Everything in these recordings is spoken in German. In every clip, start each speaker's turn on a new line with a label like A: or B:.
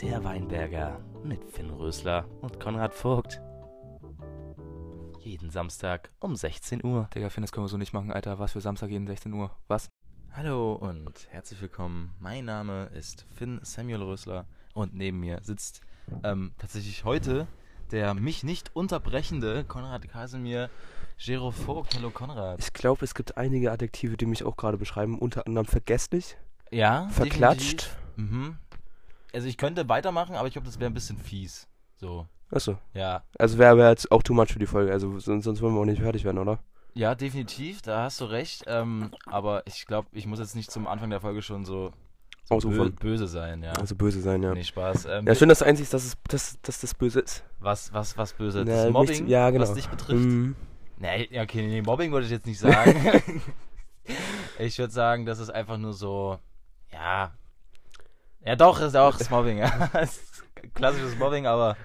A: Der Weinberger mit Finn Rösler und Konrad Vogt. Jeden Samstag um 16 Uhr.
B: Digga, Finn, das können wir so nicht machen, Alter. Was für Samstag jeden 16 Uhr? Was?
A: Hallo und herzlich willkommen. Mein Name ist Finn Samuel Rösler und neben mir sitzt ähm, tatsächlich heute der mich nicht unterbrechende Konrad Kasimir Gero Vogt. Hallo Konrad.
C: Ich glaube, es gibt einige Adjektive, die mich auch gerade beschreiben. Unter anderem vergesslich,
A: Ja,
C: verklatscht.
A: definitiv. Mhm. Also ich könnte weitermachen, aber ich glaube, das wäre ein bisschen fies. So,
C: Achso.
A: ja.
C: Also wäre aber jetzt auch too much für die Folge. Also sonst, sonst wollen wir auch nicht fertig werden, oder?
A: Ja, definitiv, da hast du recht. Ähm, aber ich glaube, ich muss jetzt nicht zum Anfang der Folge schon so, so bö
C: Ausufern.
A: böse sein, ja.
C: Also böse sein, ja.
A: Nee, Spaß. Ähm,
C: Ja, ich finde das einzig, dass, es, dass, dass das böse ist.
A: was, was, was böse?
C: Na,
A: das
C: nichts-
A: Mobbing,
C: ja, genau.
A: was dich betrifft?
C: Mhm.
A: Nee, ja, okay, nee, Mobbing wollte ich jetzt nicht sagen. ich würde sagen, das ist einfach nur so, ja. Ja, doch, ist auch das Mobbing, ja. Ist Klassisches Mobbing, aber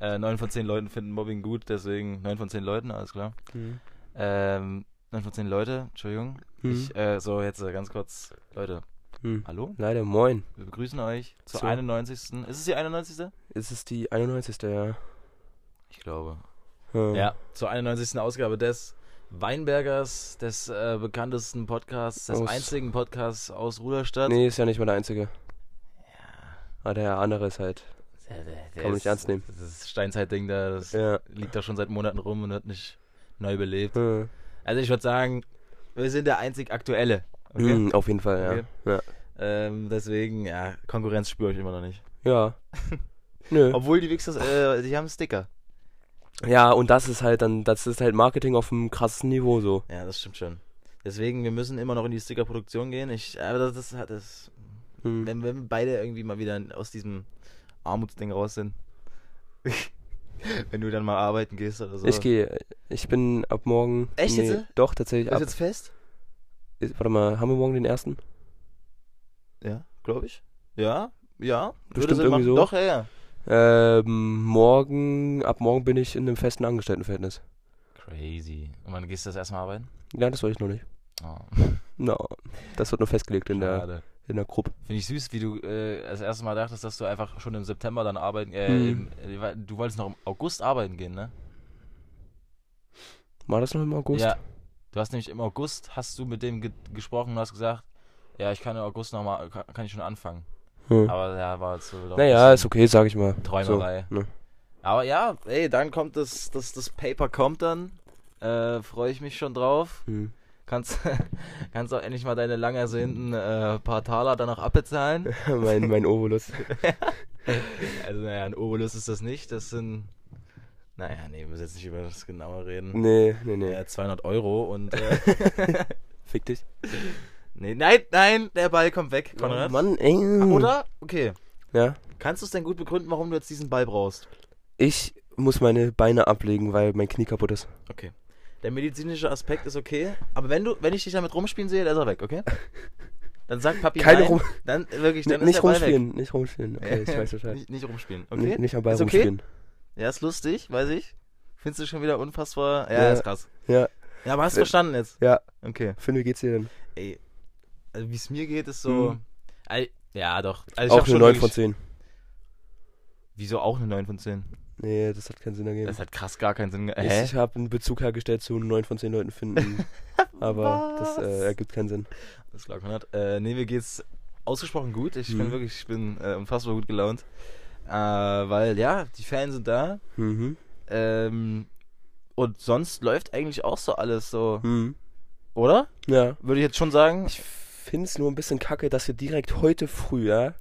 A: äh, 9 von 10 Leuten finden Mobbing gut, deswegen 9 von 10 Leuten, alles klar.
C: Mhm.
A: Ähm, 9 von 10 Leute, Entschuldigung. Ich, äh, so, jetzt äh, ganz kurz, Leute,
C: Mhm.
A: hallo?
C: Leider, moin.
A: Wir begrüßen euch zur
C: So.
A: 91. Ist es die 91.?
C: Es ist die 91. Ja. Ähm,
A: Ich glaube.
C: Ja.
A: Ja, zur 91. Ausgabe des Weinbergers, des äh, bekanntesten Podcasts, des
C: Aus-
A: einzigen Podcasts aus Ruderstadt.
C: Nee, ist ja nicht mal der einzige. Ah, der andere ist halt.
A: Der, der, der
C: Kann man nicht
A: ist-
C: ernst nehmen.
A: Das ist Steinzeitding da, das
C: Ja.
A: liegt da schon seit Monaten rum und wird nicht neu belebt.
C: Mhm.
A: Also ich würde sagen, wir sind der einzig aktuelle. Okay?
C: Mhm, auf jeden Fall, ja.
A: Ähm, deswegen, ja, Konkurrenz spüre ich immer noch nicht.
C: Ja. ja. Nö.
A: Obwohl die Wichsers, äh, die haben Sticker.
C: Ja, und das ist halt dann, das ist halt Marketing auf einem krassen Niveau so.
A: Ja, das stimmt schon. Deswegen, wir müssen immer noch in die Stickerproduktion gehen. Ich, aber das, das hat das
C: Hm.
A: Wenn, wenn wir beide irgendwie mal wieder aus diesem Armutsding raus sind. wenn du dann mal arbeiten gehst oder so.
C: Ich gehe, ich bin ab morgen.
A: Echt jetzt?
C: Doch, tatsächlich
A: Ist
C: ab.
A: jetzt fest?
C: ist- warte mal, haben wir morgen den ersten?
A: Ja, glaube ich. Ja, ja.
C: Bestimmt
A: Sinn
C: irgendwie
A: machen.
C: so.
A: Doch, ja, ja.
C: Ähm, morgen, ab morgen bin ich in einem festen Angestelltenverhältnis.
A: Crazy. Und wann gehst du das erstmal arbeiten?
C: Ja, das weiß ich noch nicht.
A: Oh,
C: Na, das wird noch festgelegt in der,
A: schade.
C: in der Gruppe.
A: Finde ich süß, wie du äh, das erste Mal dachtest, dass du einfach schon im September dann arbeiten. Äh,
C: Mhm.
A: im, äh, du wolltest noch im August arbeiten gehen, ne?
C: War das noch im August?
A: Ja. Du hast nämlich im August hast du mit dem ge gesprochen und hast gesagt, ja, ich kann im August nochmal, kann, kann ich schon anfangen.
C: Hm.
A: Aber ja, war jetzt so. doch ein
C: Naja, also
A: bisschen-
C: ist okay, sag ich mal.
A: Träumerei.
C: So, ne.
A: Aber ja, ey, dann kommt das, das, das Paper kommt dann. Äh, Freue ich mich schon drauf.
C: Hm.
A: Kannst, kannst auch endlich mal deine lang ersehnten äh, paar Taler dann auch abbezahlen.
C: mein, mein Ovolus.
A: Also naja, ein Obolus ist das nicht. Das sind, naja, nee, wir müssen jetzt nicht über das genauer reden.
C: Nee, nee, nee.
A: Ja, 200 Euro und, äh,
C: Fick dich.
A: nee, nein, nein, der Ball kommt weg, Konrad.
C: Mann, ey.
A: Oder? Okay.
C: Ja.
A: Kannst du es denn gut begründen, warum du jetzt diesen Ball brauchst?
C: Ich muss meine Beine ablegen, weil mein Knie kaputt ist.
A: Okay. Der medizinische Aspekt ist okay, aber wenn du, wenn ich dich damit rumspielen sehe, dann ist er weg, okay? Dann sagt Papi
C: Keine
A: nein.
C: rum-
A: Dann äh, wirklich, dann
C: N-
A: ist
C: nicht
A: der Ball weg.
C: rumspielen, nicht rumspielen. Okay, ich weiß Bescheid.
A: nicht, nicht rumspielen, okay?
C: N- Nicht am Ball
A: Ist okay?
C: rumspielen.
A: Ja, ist lustig, weiß ich. Findest du schon wieder unfassbar. Ja,
C: Ja.
A: ist krass.
C: Ja,
A: Ja, aber hast du
C: Äh,
A: verstanden jetzt?
C: ja.
A: Okay.
C: Finn, wie geht's dir denn?
A: Ey, also wie es mir geht, ist so.
C: Hm.
A: Al- ja, doch. Also
C: Auch eine 9 von 10.
A: Wieso auch eine 9 von 10?
C: Nee, das hat keinen Sinn ergeben.
A: Das hat krass gar keinen Sinn. ge- Hä?
C: Ich, ich habe einen Bezug hergestellt zu 9 von 10 Leuten finden. aber das äh, ergibt keinen Sinn.
A: Das lag man hat. Äh, nee, mir geht's ausgesprochen gut. Ich bin
C: Mhm.
A: wirklich, ich bin äh, unfassbar gut gelaunt. Äh, weil ja, die Fans sind da.
C: Mhm.
A: Ähm, und sonst läuft eigentlich auch so alles so.
C: Mhm.
A: Oder?
C: Ja.
A: Würde ich jetzt schon sagen.
C: Ich find's nur ein bisschen kacke, dass wir direkt heute früh, ja,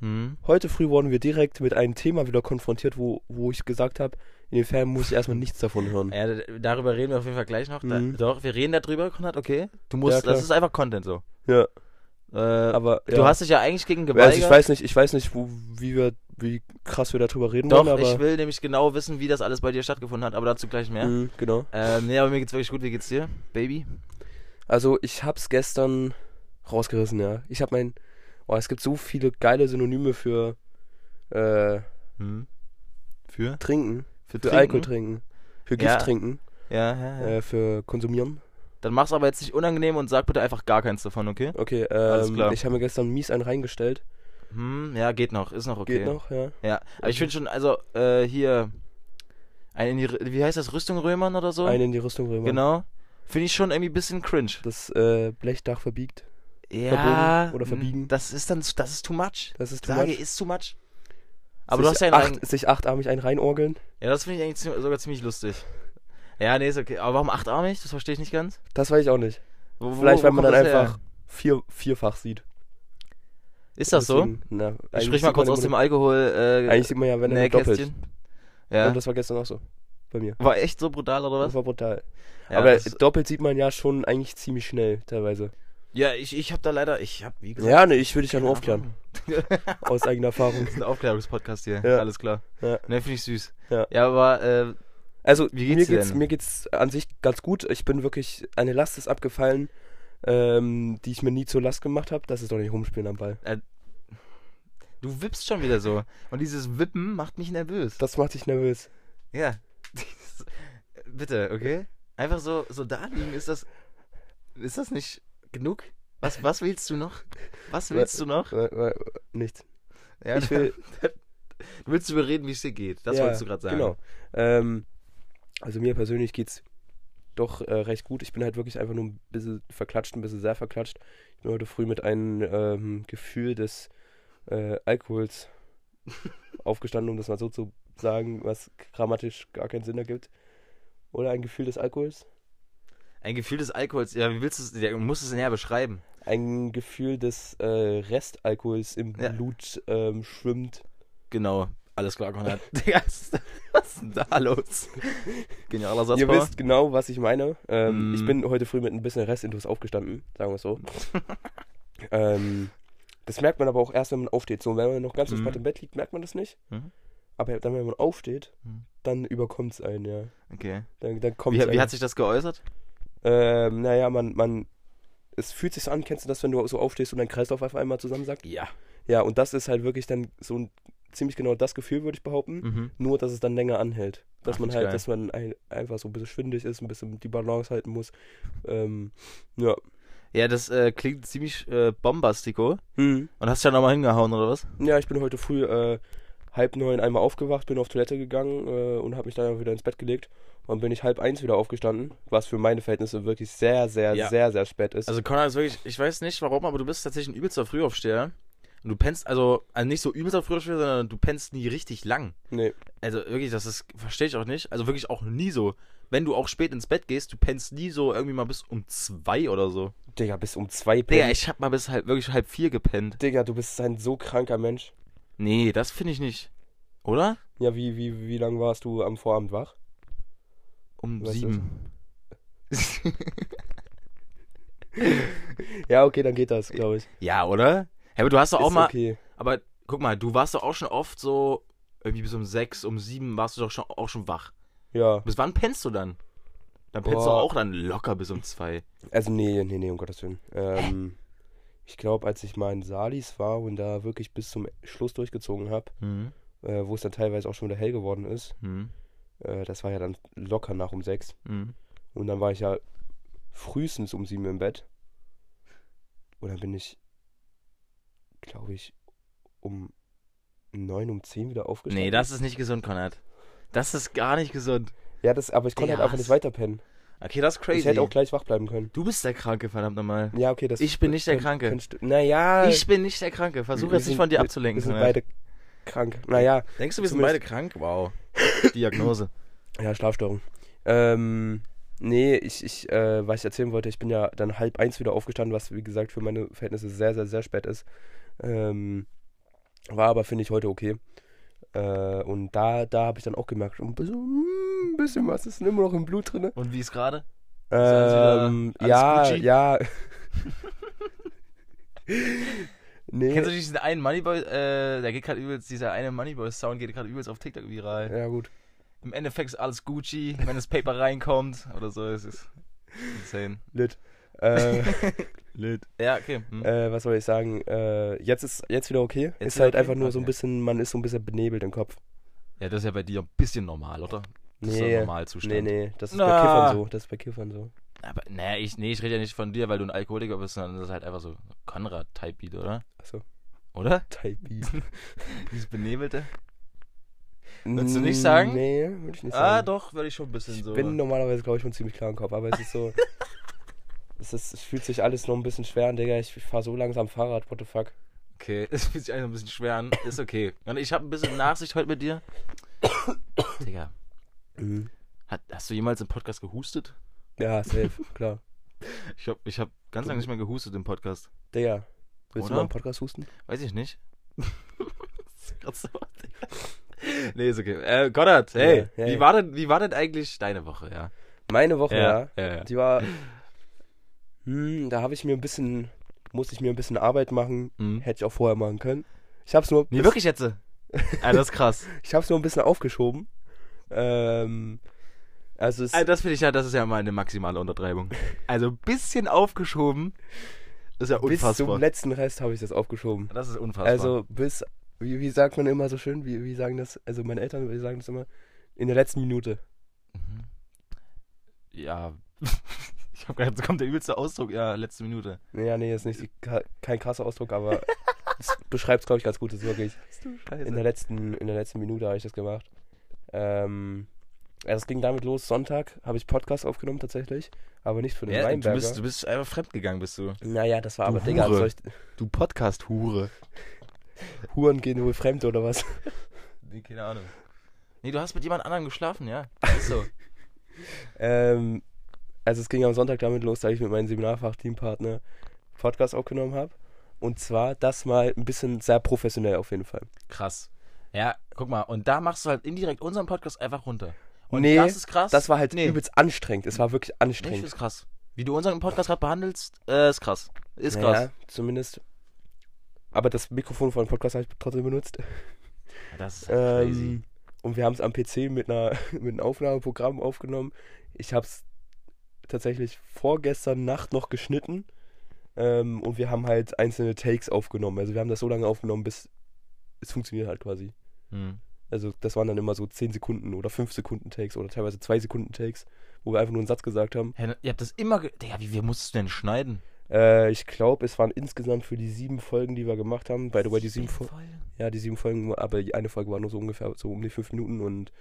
A: Mhm.
C: heute früh wurden wir direkt mit einem Thema wieder konfrontiert, wo, wo ich gesagt habe, in den Ferien muss ich erstmal nichts davon hören.
A: Ja, d- darüber reden wir auf jeden Fall gleich noch.
C: Mhm.
A: Da, doch, wir reden darüber, Konrad, okay. Du musst,
C: Ja, klar.
A: das ist einfach Content so.
C: Ja,
A: Äh, Aber,
C: aber ja.
A: Du hast dich ja eigentlich gegen geweigert.
C: also ich weiß nicht, ich weiß nicht, wo, wie wir, wie krass wir darüber reden
A: doch,
C: wollen, aber
A: ich will nämlich genau wissen, wie das alles bei dir stattgefunden hat, aber dazu gleich mehr.
C: Mhm, genau.
A: Ähm, nee, aber mir geht's wirklich gut. Wie geht's dir, Baby?
C: Also ich hab's gestern rausgerissen, ja. Ich hab mein. Oh, es gibt so viele geile Synonyme für äh,
A: Hm? Für?
C: Trinken,
A: Für,
C: für
A: Trinken?
C: Alkohol trinken, für Gift
A: Ja.
C: trinken,
A: Ja, ja, ja.
C: äh, für Konsumieren.
A: Dann mach's aber jetzt nicht unangenehm und sag bitte einfach gar keins davon, okay?
C: Okay,
A: Alles
C: ähm,
A: klar.
C: ich habe mir gestern mies einen reingestellt
A: Hm, ja, geht noch, ist noch okay.
C: Geht noch, ja.
A: Ja, aber ich finde schon, also äh, hier, ein in die, R- wie heißt das, Rüstung Römern oder so?
C: Einen in die Rüstung rüber.
A: Genau. Finde ich schon irgendwie ein bisschen cringe.
C: Das äh, Blechdach verbiegt.
A: Ja.
C: oder
A: mh,
C: verbiegen.
A: Das ist dann, das ist too much.
C: Das ist too
A: Sage
C: much.
A: ist too much. Aber du
C: sich
A: hast ja einen eigenen-
C: acht, Sich achtarmig einen reinorgeln.
A: Ja, das finde ich eigentlich zie- sogar ziemlich lustig. Ja, nee, ist okay. Aber warum achtarmig? Das verstehe ich nicht ganz.
C: Das weiß ich auch nicht.
A: Wo, wo,
C: Vielleicht, weil man
A: kommt
C: dann
A: das her?
C: einfach vier, vierfach sieht.
A: Ist das so?
C: Deswegen,
A: Ich
C: na, eigentlich
A: sprich mal
C: sieht
A: kurz
C: man
A: aus
C: immer
A: dem Alkohol. Äh,
C: nur- Eigentlich sieht man ja, wenn er nur doppelt.
A: Nähkästchen. Ja.
C: Und das war gestern auch so. Bei mir.
A: War echt so brutal, oder
C: Das
A: was?
C: war brutal.
A: Ja,
C: Aber
A: das-
C: doppelt sieht man ja schon eigentlich ziemlich schnell teilweise.
A: ja ich, ich hab da leider. Ich hab, wie gesagt.
C: Ja, ne, ich würde dich ja nur
A: keine
C: aufklären.
A: Ahnung.
C: Aus eigener Erfahrung.
A: Das ist ein Aufklärungspodcast hier.
C: Ja.
A: Alles klar.
C: Ja.
A: Ne, finde ich süß.
C: Ja.
A: aber äh,
C: Also,
A: Wie geht's
C: mir,
A: dir
C: geht's,
A: denn?
C: mir geht's an sich ganz gut. Ich bin wirklich, eine Last ist abgefallen, ähm, die ich mir nie zur Last gemacht habe. Das ist doch nicht rumspielen am Ball.
A: du wippst schon wieder so. Und dieses Wippen macht mich nervös.
C: Das macht dich nervös.
A: Ja. Bitte, okay? Einfach so, so da liegen, ist das. Ist das nicht genug? Was, was willst du noch? Was willst du noch?
C: Äh, äh, Nichts.
A: Ja,
C: Ich will,
A: du willst überreden, wie es dir geht. Das
C: ja,
A: wolltest du gerade sagen.
C: Genau. Ähm, also mir persönlich geht's doch äh, recht gut. Ich bin halt wirklich einfach nur ein bisschen verklatscht, ein bisschen sehr verklatscht. Ich bin heute früh mit einem ähm, Gefühl des äh, Alkohols aufgestanden, um das mal so zu sagen, was grammatisch gar keinen Sinn ergibt. Oder ein Gefühl des Alkohols?
A: Ein Gefühl des Alkohols, ja, wie willst du es, ja, du musst es näher beschreiben.
C: Ein Gefühl des äh, Restalkohols im
A: Ja.
C: Blut ähm, schwimmt.
A: Genau. Alles klar, Konrad. Digga, was was ist denn da los? Genialer Satz,
C: Ihr
A: Power.
C: wisst genau, was ich meine. Ähm,
A: Mm.
C: Ich bin heute früh mit ein bisschen Restintus aufgestanden, sagen wir es so. ähm, das merkt man aber auch erst, wenn man aufsteht. So, wenn man noch ganz
A: Mhm.
C: entspannt im Bett liegt, merkt man das nicht.
A: Mhm.
C: Aber dann, wenn man aufsteht,
A: Mhm.
C: dann überkommt es einen, ja.
A: Okay.
C: Dann, dann kommt
A: Wie, wie hat sich das geäußert?
C: ähm, Naja, man, man, es fühlt sich so an, kennst du das, wenn du so aufstehst und dein Kreislauf auf einmal zusammensackt?
A: Ja.
C: Ja, und das ist halt wirklich dann so ein, ziemlich genau das Gefühl, würde ich behaupten.
A: Mhm.
C: Nur, dass es dann länger anhält. Dass
A: Ach,
C: man
A: find's
C: halt,
A: geil.
C: dass man ein, einfach so ein bisschen schwindig ist, ein bisschen die Balance halten muss. Ähm, ja.
A: Ja, das äh, klingt ziemlich äh, bombastico. Und hast du ja nochmal hingehauen, oder was?
C: Ja, ich bin heute früh äh, halb neun einmal aufgewacht, bin auf Toilette gegangen äh, und habe mich dann wieder ins Bett gelegt. Und bin ich halb eins wieder aufgestanden, was für meine Verhältnisse wirklich sehr, sehr,
A: Ja.
C: sehr, sehr spät ist.
A: Also Connor ist wirklich, ich weiß nicht warum, aber du bist tatsächlich ein übelster Frühaufsteher. Und du pennst, also, also nicht so übelster Frühaufsteher, sondern du pennst nie richtig lang.
C: nee,
A: Also wirklich, das ist, verstehe ich auch nicht. Also wirklich auch nie so. Wenn du auch spät ins Bett gehst, du pennst nie so irgendwie mal bis um zwei oder so.
C: Digga, bis um zwei
A: Digga,
C: pennen.
A: ich hab mal bis halb, wirklich halb vier gepennt.
C: Digga, du bist ein so kranker Mensch.
A: Nee, das finde ich nicht. Oder?
C: Ja, wie, wie, wie lange warst du am Vorabend wach?
A: Um
C: Was ist
A: sieben.
C: Ja, okay, dann geht das, glaube ich.
A: ja, oder? Hey, aber du hast doch auch
C: ist
A: mal,
C: okay.
A: aber guck mal, du warst doch auch schon oft so, irgendwie bis um sechs, um sieben warst du doch schon, auch schon wach.
C: Ja.
A: Bis wann pennst du dann? Dann pennst du
C: Boah.
A: auch dann locker bis um zwei.
C: Also nee, nee, nee, um Gottes Willen. Ähm, ich glaube, als ich mal in Salis war und da wirklich bis zum Schluss durchgezogen habe,
A: Hm,
C: äh, wo es dann teilweise auch schon wieder hell geworden ist,
A: hm,
C: äh, das war ja dann locker nach um sechs.
A: hm.
C: Und dann war ich ja frühestens um sieben im Bett. Und dann bin ich, glaube ich, um neun, um zehn wieder aufgestanden.
A: Nee, das ist nicht gesund, Konrad. Das ist gar nicht gesund.
C: Ja, das, aber ich konnte
A: Digga,
C: halt einfach nicht
A: was?
C: weiterpennen.
A: Okay, das ist crazy.
C: Ich hätte auch gleich wach bleiben können.
A: du bist der Kranke, verdammt nochmal.
C: Ja, okay, das
A: Ich bin nicht der Kranke.
C: Naja.
A: Ich bin nicht der Kranke. Versuche
C: Wir
A: jetzt nicht
C: sind-
A: von dir
C: wir-
A: abzulenken.
C: Wir sind
A: Konrad.
C: beide krank. Naja,
A: Denkst du, wir sind beide
C: Zumindest-
A: krank? Wow. Diagnose.
C: ja, Schlafstörung. Ähm, nee, ich, ich, äh, was ich erzählen wollte, ich bin ja dann halb eins wieder aufgestanden, was wie gesagt für meine Verhältnisse sehr, sehr, sehr spät ist. Ähm, war aber, finde ich, heute okay. Äh, und da, da habe ich dann auch gemerkt, ein bisschen, mm, ein bisschen was ist denn immer noch im Blut drin.
A: Und wie ist gerade? alles wieder-
C: Ähm,
A: alles
C: ja,
A: Gucci?
C: ja. nee.
A: Kennst du nicht diesen einen Moneyboy, äh, der geht gerade übelst, dieser eine Moneyboy-Sound geht gerade übelst auf TikTok viral.
C: ja, gut.
A: Im Endeffekt ist alles Gucci, wenn das Paper reinkommt oder so, es ist insane.
C: Lit. Äh,
A: Lit. Ja, okay. Hm.
C: äh, was soll ich sagen? Äh, jetzt ist jetzt wieder okay.
A: Jetzt
C: ist
A: wieder
C: halt
A: okay?
C: einfach nur so ein
A: Okay.
C: bisschen, man ist so ein bisschen benebelt im Kopf.
A: Ja, das ist ja bei dir ein bisschen normal, oder? Das ist
C: Nee,
A: ein Normalzustand.
C: nee, nee, das ist
A: Na.
C: bei Kiffern so. Das ist bei Kiffern so.
A: Aber, naja, ich, nee, ich rede ja nicht von dir, weil du ein Alkoholiker bist, sondern das ist halt einfach so Konrad-Type-Beat, oder?
C: Achso.
A: Oder?
C: Taibi.
A: Dieses Benebelte. Würdest du nicht sagen?
C: Nee, würde ich nicht
A: Ah,
C: sagen.
A: doch, würde ich schon ein bisschen
C: Ich
A: so.
C: bin normalerweise, glaube ich, schon ziemlich klar im Kopf, aber es ist so. es, ist, es fühlt sich alles noch ein bisschen schwer an, Digga. Ich fahre so langsam Fahrrad, what the fuck.
A: okay, es fühlt sich einfach ein bisschen schwer an. Ist okay. Und ich habe ein bisschen Nachsicht heute mit dir. Digga, Mhm. hat, hast du jemals im Podcast gehustet?
C: Ja, safe, klar.
A: Ich habe ich hab ganz lange nicht mehr gehustet im Podcast.
C: Digga, willst
A: Oder?
C: du mal im Podcast husten?
A: Weiß ich nicht. Das ist grad so, Digga. nee, ist okay. Äh, Goddard, hey,
C: Ja, ja,
A: wie,
C: ja.
A: War denn, wie war denn eigentlich deine Woche, ja?
C: Meine Woche, ja.
A: ja, ja.
C: Die war. Hm, da habe ich mir ein bisschen. Musste ich mir ein bisschen Arbeit machen.
A: Mhm.
C: Hätte ich auch vorher machen können. Ich hab's nur.
A: Nee, wirklich jetzt? Alter, das ist krass.
C: Ich hab's nur ein bisschen aufgeschoben. Ähm. Also es,
A: Alter, das finde ich ja, das ist ja mal eine maximale Untertreibung. Also ein bisschen aufgeschoben. Das ist ja
C: bis zum
A: unfassbar.
C: letzten Rest habe ich das aufgeschoben.
A: Das ist unfassbar.
C: Also bis, wie, wie sagt man immer so schön, wie, wie sagen das, also meine Eltern die sagen das immer, in der letzten Minute.
A: Mhm. Ja. Ich habe gerade, kommt der übelste Ausdruck, ja, letzte Minute.
C: Ja, nee, ist nicht so ka- kein krasser Ausdruck, aber es beschreibt es, glaube ich, ganz gut, das ist wirklich.
A: du Scheiße.
C: In der letzten, in der letzten Minute habe ich das gemacht. Ähm, also es ging damit los, Sonntag habe ich Podcast aufgenommen tatsächlich, aber nicht für den
A: ja, du,
C: Weinberger.
A: bist, du bist einfach fremdgegangen, bist du.
C: naja, das war
A: Du
C: aber, Digga,
A: Hure.
C: soll ich,
A: Du Podcast-Hure.
C: Huren gehen wohl fremd oder was?
A: Nee, keine Ahnung. Nee, du hast mit jemand anderem geschlafen, ja. Ist so.
C: Ähm, also es ging am Sonntag damit los, dass ich mit meinem Seminarfachteampartner Podcast aufgenommen habe. Und zwar das mal ein bisschen sehr professionell auf jeden Fall.
A: Krass. Ja, guck mal, und da machst du halt indirekt unseren Podcast einfach runter. Und
C: Nee,
A: das ist krass.
C: Das war halt
A: Nee.
C: übelst anstrengend. Es war wirklich
A: Nee, ich
C: anstrengend.
A: find's krass. Wie du unseren Podcast gerade behandelst, äh, ist krass. Ist
C: Naja,
A: krass.
C: zumindest. Aber das Mikrofon von dem Podcast habe ich trotzdem benutzt.
A: Ja, das ist halt crazy.
C: Ähm, und wir haben es am PC mit, einer, mit einem Aufnahmeprogramm aufgenommen. Ich habe es tatsächlich vorgestern Nacht noch geschnitten. Ähm, und wir haben halt einzelne Takes aufgenommen. Also wir haben das so lange aufgenommen, bis es funktioniert halt quasi.
A: Hm.
C: Also das waren dann immer so 10 Sekunden oder 5 Sekunden Takes oder teilweise 2 Sekunden Takes, wo wir einfach nur einen Satz gesagt haben.
A: Hä, Ihr habt das immer. Ge Digga, wie, wie musstest du denn schneiden?
C: Äh, ich glaube, es waren insgesamt für die sieben Folgen, die wir gemacht haben. By the way, die sieben, Fol
A: Folgen.
C: ja, die sieben Folgen, aber die eine Folge war nur so ungefähr so um die fünf Minuten und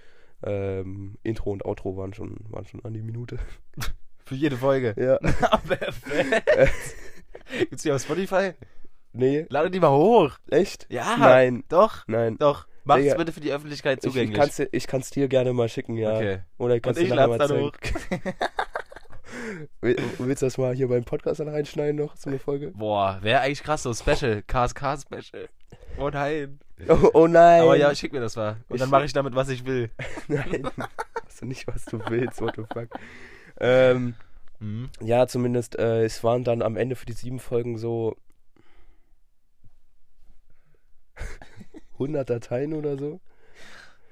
C: ähm, Intro und Outro waren schon, waren schon an die Minute.
A: Für jede Folge.
C: Ja.
A: Ah, Perfekt. Gibt's die auf Spotify?
C: Nee,
A: Lade die mal hoch.
C: echt?
A: Ja.
C: Nein,
A: Doch,
C: nein.
A: doch. Mach's
C: Digga.
A: bitte für die Öffentlichkeit
C: Ich, ich
A: zugänglich.
C: kann es dir, ich kann's dir gerne mal schicken, ja.
A: Okay.
C: Oder ich kann
A: Und
C: es dir
A: ich
C: nachher
A: lade dann
C: mal zeigen.
A: hoch.
C: Will- Willst du das mal hier beim Podcast dann reinschneiden noch, so eine Folge?
A: Boah, wäre eigentlich krass, so Special. KSK-Special. Oh nein.
C: Oh, oh nein.
A: Aber ja, schick mir das mal. Und
C: Ich-
A: dann mache ich damit, was ich will.
C: Nein, hast du nicht, was du willst, what the fuck. Ähm,
A: Mhm.
C: ja, zumindest, äh, es waren dann am Ende für die sieben Folgen so 100 Dateien oder so.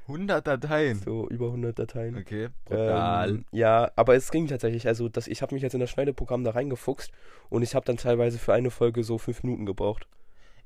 A: 100 Dateien.
C: So über 100 Dateien.
A: Okay. Brutal.
C: Ähm, ja, aber es ging tatsächlich. Also das, ich habe mich jetzt in das Schneideprogramm da reingefuchst und ich habe dann teilweise für eine Folge so fünf Minuten gebraucht.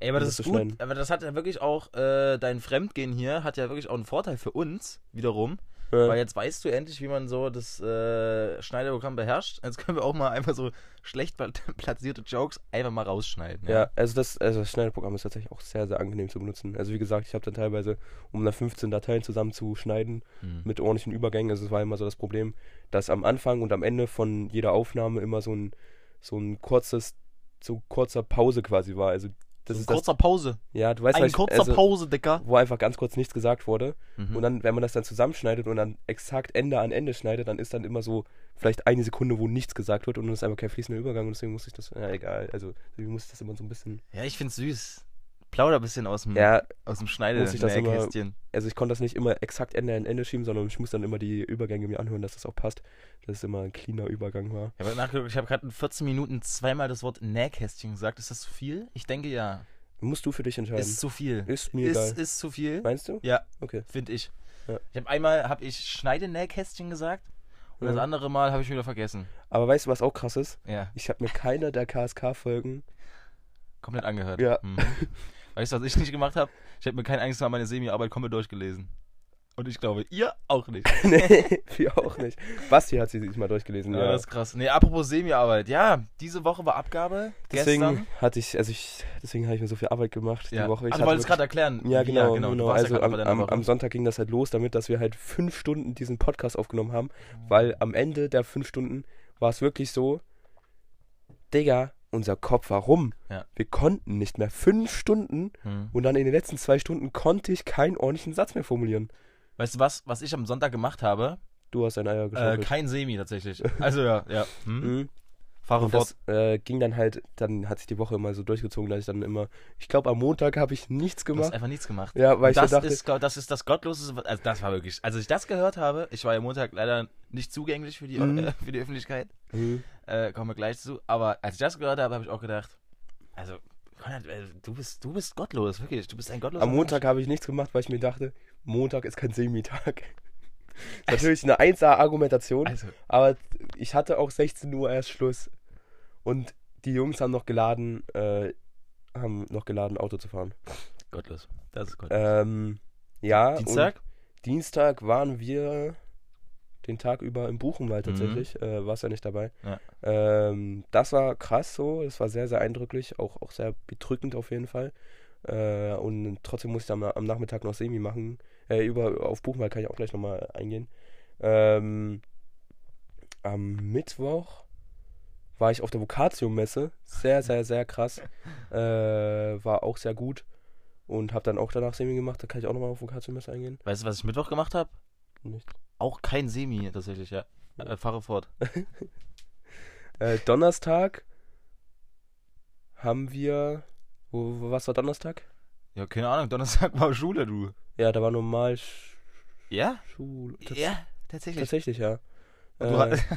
A: Ey, aber
C: um
A: das,
C: das
A: ist
C: zu
A: gut.
C: schneiden.
A: Aber das hat ja wirklich auch, äh, dein Fremdgehen hier hat ja wirklich auch einen Vorteil für uns, wiederum.
C: Äh,
A: Weil jetzt weißt du endlich, wie man so das äh, Schneiderprogramm beherrscht. Jetzt können wir auch mal einfach so schlecht pla- platzierte Jokes einfach mal rausschneiden.
C: Ja, also das, also das Schneideprogramm ist tatsächlich auch sehr, sehr angenehm zu benutzen. Also wie gesagt, ich habe dann teilweise, um da 15 Dateien zusammenzuschneiden,
A: Hm.
C: mit ordentlichen Übergängen. Also es war immer so das Problem, dass am Anfang und am Ende von jeder Aufnahme immer so ein, so ein kurzes, so kurzer Pause quasi war. Also
A: Das
C: das ist
A: ist kurzer Pause.
C: das, ja, du weißt
A: Ein
C: was ich-
A: kurzer
C: also,
A: Pause, Dicker.
C: wo einfach ganz kurz nichts gesagt wurde.
A: Mhm.
C: Und dann, wenn man das dann zusammenschneidet und dann exakt Ende an Ende schneidet, dann ist dann immer so vielleicht eine Sekunde, wo nichts gesagt wird und dann ist einfach kein fließender Übergang und deswegen muss ich das, ja egal, also deswegen muss ich das immer so ein bisschen,
A: Ja, ich find's süß. Plauder ein bisschen aus dem,
C: ja,
A: aus dem
C: Muss ich das
A: Schneidekästchen.
C: also ich konnte das nicht immer exakt Ende an Ende schieben, sondern ich muss dann immer die Übergänge mir anhören, dass das auch passt, dass es immer ein cleaner Übergang war.
A: Ich habe nachgeguckt, ich habe gerade in 14 Minuten zweimal das Wort Nähkästchen gesagt. Ist das zu viel? Ich denke ja.
C: Musst du für dich entscheiden.
A: Ist zu viel.
C: Ist mir
A: Ist,
C: egal.
A: ist zu viel,
C: Meinst du?
A: Ja.
C: Okay.
A: finde ich.
C: Ja.
A: Ich habe einmal habe ich Schneidenähkästchen gesagt und das
C: Ja.
A: andere Mal habe ich wieder vergessen.
C: Aber weißt du, was auch krass ist?
A: Ja,
C: Ich habe mir keiner der KSK-Folgen.
A: komplett angehört. Mhm.
C: Ja.
A: Hm. Weißt du, was ich nicht gemacht habe? Ich habe mir kein einziges Mal meine Semi-Arbeit komplett durchgelesen. Und ich glaube, ihr auch nicht.
C: nee, wir auch nicht. Basti hat sie sich mal durchgelesen.
A: Ja.
C: Ja,
A: das ist krass. Nee, apropos Semiarbeit. Ja, diese Woche war Abgabe.
C: deswegen
A: gestern.
C: hatte ich, also ich, deswegen habe ich mir so viel Arbeit gemacht
A: Ja.
C: die Woche. Ich
A: ah, du
C: hatte
A: wolltest
C: wirklich-
A: gerade erklären.
C: Ja,
A: wie-
C: genau,
A: genau. Du
C: genau.
A: warst
C: Also
A: ja gerade
C: am,
A: bei deiner
C: am,
A: Woche.
C: am Sonntag ging das halt los, damit dass wir halt fünf Stunden diesen Podcast aufgenommen haben, weil am Ende der fünf Stunden war es wirklich so, Digga, unser Kopf war rum.
A: Ja.
C: Wir konnten nicht mehr fünf Stunden
A: Hm.
C: und dann in den letzten zwei Stunden konnte ich keinen ordentlichen Satz mehr formulieren.
A: Weißt du was, was ich am Sonntag gemacht habe?
C: Du hast dein Eier
A: Äh,
C: geschaukelt.
A: kein Semi tatsächlich. Also ja, ja. Hm?
C: Mhm.
A: Fahre
C: Und
A: fort.
C: das äh, ging dann halt, dann hat sich die Woche immer so durchgezogen, dass ich dann immer, ich glaube am Montag habe ich nichts
A: Du hast
C: gemacht.
A: einfach nichts gemacht.
C: Ja, weil ich
A: das,
C: so dachte,
A: ist, go- das ist das Gottloseste, was- also das war wirklich, als ich das gehört habe, ich war ja Montag leider nicht zugänglich für die,
C: Mhm.
A: äh, für die Öffentlichkeit,
C: Mhm.
A: äh, kommen wir gleich zu, aber als ich das gehört habe, habe ich auch gedacht, also, Konrad, äh, du bist, du bist gottlos, wirklich, du bist ein gottloser
C: Am Montag habe ich nichts gemacht, weil ich mir dachte, Montag ist kein Semitag. Ist Natürlich eine 1A-Argumentation,
A: Mensch. Also,
C: aber ich hatte auch 16 Uhr erst Schluss. Und die Jungs haben noch geladen, äh, haben noch geladen, Auto zu fahren.
A: gottlos, das ist gottlos.
C: Ähm, ja, und
A: Dienstag?
C: Dienstag waren wir den Tag über im Buchenwald
A: Mhm.
C: tatsächlich. Äh, warst ja nicht dabei.
A: Ja.
C: Ähm, das war krass so. Das war sehr, sehr eindrücklich. Auch, auch sehr bedrückend auf jeden Fall. Äh, und trotzdem musste ich am, am Nachmittag noch Semi machen. Äh, über, auf Buchenwald kann ich auch gleich nochmal eingehen. Ähm, am Mittwoch war ich auf der Vocatio-Messe. Sehr, sehr, sehr krass. äh, war auch sehr gut. Und habe dann auch danach Semi gemacht. Da kann ich auch nochmal auf Vocatio-Messe eingehen.
A: Weißt du, was ich Mittwoch gemacht habe?
C: Nicht.
A: Auch kein Semi tatsächlich, ja. Äh, fahre fort.
C: Äh, Donnerstag haben wir. Wo, wo, was war Donnerstag?
A: Ja, keine Ahnung, Donnerstag war Schule, du.
C: Ja, da war normal Sch
A: Ja?
C: Schule. Tats
A: Ja, tatsächlich.
C: Tatsächlich, ja.
A: Und du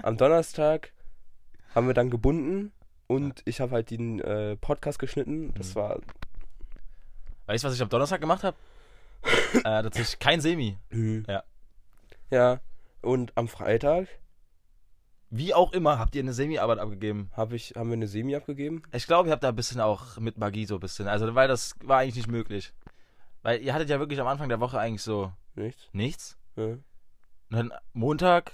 C: Äh, am Donnerstag haben wir dann gebunden und ich habe halt den äh, Podcast geschnitten. Das
A: Mhm.
C: war.
A: Weißt du, was ich am Donnerstag gemacht habe? äh, tatsächlich kein Semi. Ja.
C: Hm. Ja. Und am Freitag
A: Wie auch immer habt ihr eine Semi-Arbeit abgegeben.
C: hab ich, haben wir eine Semi abgegeben.
A: Ich glaube, ihr habt da ein bisschen auch mit Magie so ein bisschen. Also, weil das war eigentlich nicht möglich. Weil ihr hattet ja wirklich am Anfang der Woche eigentlich so
C: Nichts.
A: nichts.
C: Ja.
A: Und dann Montag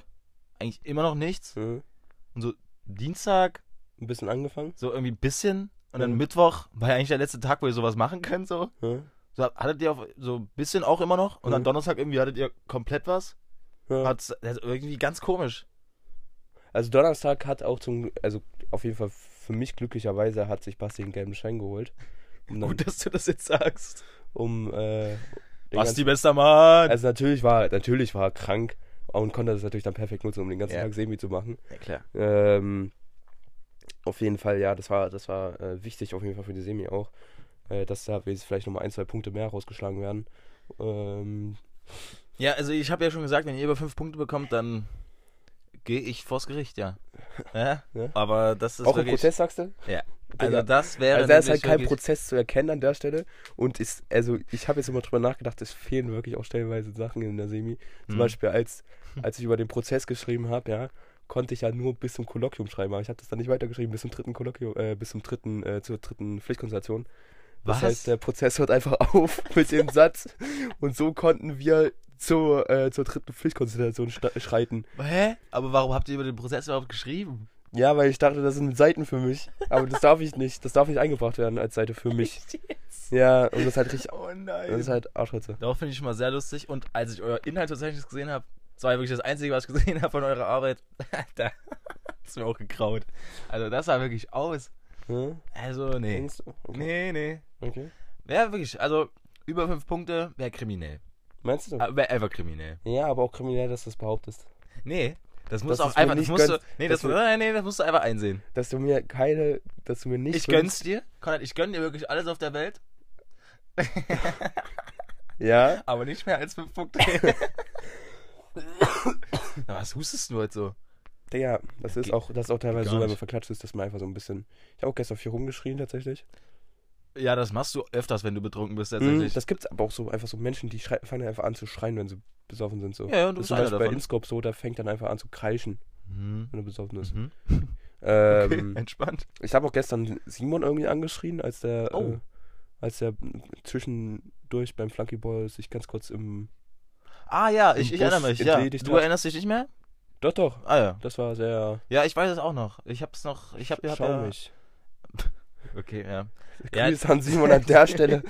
A: eigentlich immer noch nichts.
C: Ja.
A: Und so Dienstag
C: Ein bisschen angefangen.
A: so irgendwie ein bisschen. Und dann
C: Mhm.
A: Mittwoch war ja eigentlich der letzte Tag, wo ihr sowas machen könnt. So,
C: Ja.
A: so hattet ihr auf, so ein bisschen auch immer noch. Und dann
C: Mhm.
A: Donnerstag irgendwie hattet ihr komplett was.
C: Ja.
A: Hat's, also irgendwie ganz komisch.
C: Also Donnerstag hat auch zum, also auf jeden Fall für mich glücklicherweise hat sich Basti einen gelben Schein geholt. Um, dann,
A: Gut, dass du das jetzt sagst.
C: um äh, den
A: Was die
C: ganzen,
A: bester Mann!
C: also natürlich war, natürlich war er krank und konnte das natürlich dann perfekt nutzen, um den ganzen
A: Ja.
C: Tag Semi zu machen.
A: ja, klar.
C: Ähm, auf jeden Fall, ja, das war, das war äh, wichtig auf jeden Fall für die Semi auch, äh, dass da jetzt vielleicht nochmal ein, zwei Punkte mehr rausgeschlagen werden. Ähm,
A: Ja, also ich habe ja schon gesagt, wenn ihr über fünf Punkte bekommt, dann gehe ich vors Gericht, ja. ja?
C: Ja.
A: Aber das ist
C: auch im
A: wirklich.
C: Prozess sagst du?
A: Ja.
C: Digga.
A: Also das wäre.
C: Also da ist
A: nämlich
C: halt kein
A: wirklich-
C: Prozess zu erkennen an der Stelle. Und ist, also ich habe jetzt immer drüber nachgedacht, es fehlen wirklich auch stellenweise Sachen in der Semi. Zum
A: Hm.
C: Beispiel, als, als ich über den Prozess geschrieben habe, ja, konnte ich ja nur bis zum Kolloquium schreiben, aber ich habe das dann nicht weitergeschrieben bis zum dritten Kolloquium, äh, bis zum dritten, äh, zur dritten Pflichtkonstellation. Das
A: Was?
C: heißt, äh, der Prozess hört einfach auf mit dem Satz. Und so konnten wir zur, äh, zur dritten Pflichtkonstellation sta- schreiten.
A: Hä? Aber warum habt ihr über den Prozess überhaupt geschrieben?
C: Ja, weil ich dachte, das sind Seiten für mich. Aber das darf ich nicht. Das darf nicht eingebracht werden als Seite für mich. Ja, und das ist halt richtig
A: Oh
C: Das ist
A: nein.
C: halt Arschwitze.
A: Darauf finde ich schon mal sehr lustig. Und als ich euer Inhaltsverzeichnis gesehen habe, das war ja wirklich das Einzige, was ich gesehen habe von eurer Arbeit. da ist mir auch gekraut. Also das sah wirklich aus.
C: Ja?
A: Also nee.
C: Denkst Hm? du? Okay.
A: Nee, nee.
C: okay.
A: Wäre wirklich, also über fünf Punkte wäre kriminell.
C: Meinst du?
A: Äh, Wäre ever kriminell.
C: Ja, aber auch kriminell, dass du es behauptest.
A: Nee, das musst du
C: Dass
A: auch
C: du's mir
A: einfach, das
C: nicht
A: musst du,
C: gönnst,
A: nee,
C: dass
A: das,
C: du-
A: nein, nee, das musst du einfach einsehen.
C: Dass du mir keine, dass du mir nicht.
A: Ich
C: gönnst.
A: gönn's dir, Konrad, ich gönn dir wirklich alles auf der Welt,
C: Ja.
A: aber nicht mehr als fünf Punkte. Na, was hustest du heute so?
C: Digga, das ist
A: Geht-
C: auch, das ist auch teilweise
A: gar
C: so, wenn man
A: nicht.
C: verklatscht ist, dass man einfach so ein bisschen. Ich habe auch gestern viel rumgeschrien tatsächlich.
A: Ja, das machst du öfters, wenn du betrunken bist,
C: Mhm,
A: tatsächlich.
C: das gibt's aber auch so einfach so Menschen, die schrei- fangen einfach an zu schreien, wenn sie besoffen sind. So.
A: Ja, ja, und du
C: das
A: bist
C: ist zum
A: einer
C: Beispiel bei
A: davon.
C: Inscope so, der fängt dann einfach an zu kreischen,
A: Mhm.
C: wenn er besoffen ist.
A: Mhm. Okay,
C: Ähm,
A: entspannt.
C: Ich habe auch gestern Simon irgendwie angeschrien, als der,
A: Oh.
C: äh, als der zwischendurch beim Flunkyball sich ganz kurz im
A: Ah ja,
C: Im
A: ich, ich
C: Bus
A: erinnere mich.
C: in
A: Ja.
C: Dresden.
A: Du erinnerst dich nicht mehr?
C: Doch, doch.
A: Ah ja.
C: Das war sehr
A: Ja, ich weiß es auch noch. Ich hab's noch. Ich hab, ich hab ja.
C: schaumig.
A: Okay, ja. Ja.
C: Grüße an Simon an der Stelle.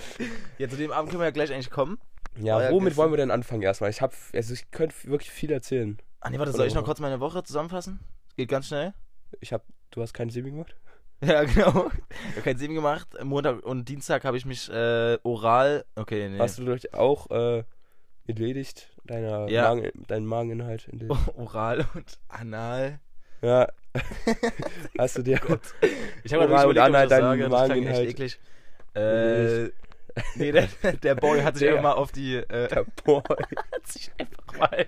A: Ja, zu dem Abend können wir ja gleich eigentlich kommen.
C: Ja,
A: Euer
C: womit
A: Gäste.
C: wollen wir denn anfangen erstmal? Ich habe, also ich könnte wirklich viel erzählen.
A: Ah nee, warte, soll
C: Oder
A: ich noch
C: wo?
A: kurz meine Woche zusammenfassen? Geht ganz schnell.
C: Ich habe, du hast keinen Semi gemacht?
A: Ja, genau. Ich hab keinen Sinn gemacht. Montag und Dienstag habe ich mich äh, oral. Okay, nee.
C: Hast du durch auch äh, entledigt deiner
A: Ja. Oh.
C: Magen, deinen Mageninhalt? Entledigt.
A: Oral und anal.
C: Ja. hast du dir?
A: Ich habe
C: Oral und
A: gerade
C: anal
A: überlegt, ob
C: deinen
A: ich das sage. Das klang echt
C: Mageninhalt.
A: eklig. Äh, nee, der, der Boy hat sich
C: Der-
A: einfach mal auf die... Äh,
C: Ja, boy.
A: hat sich einfach mal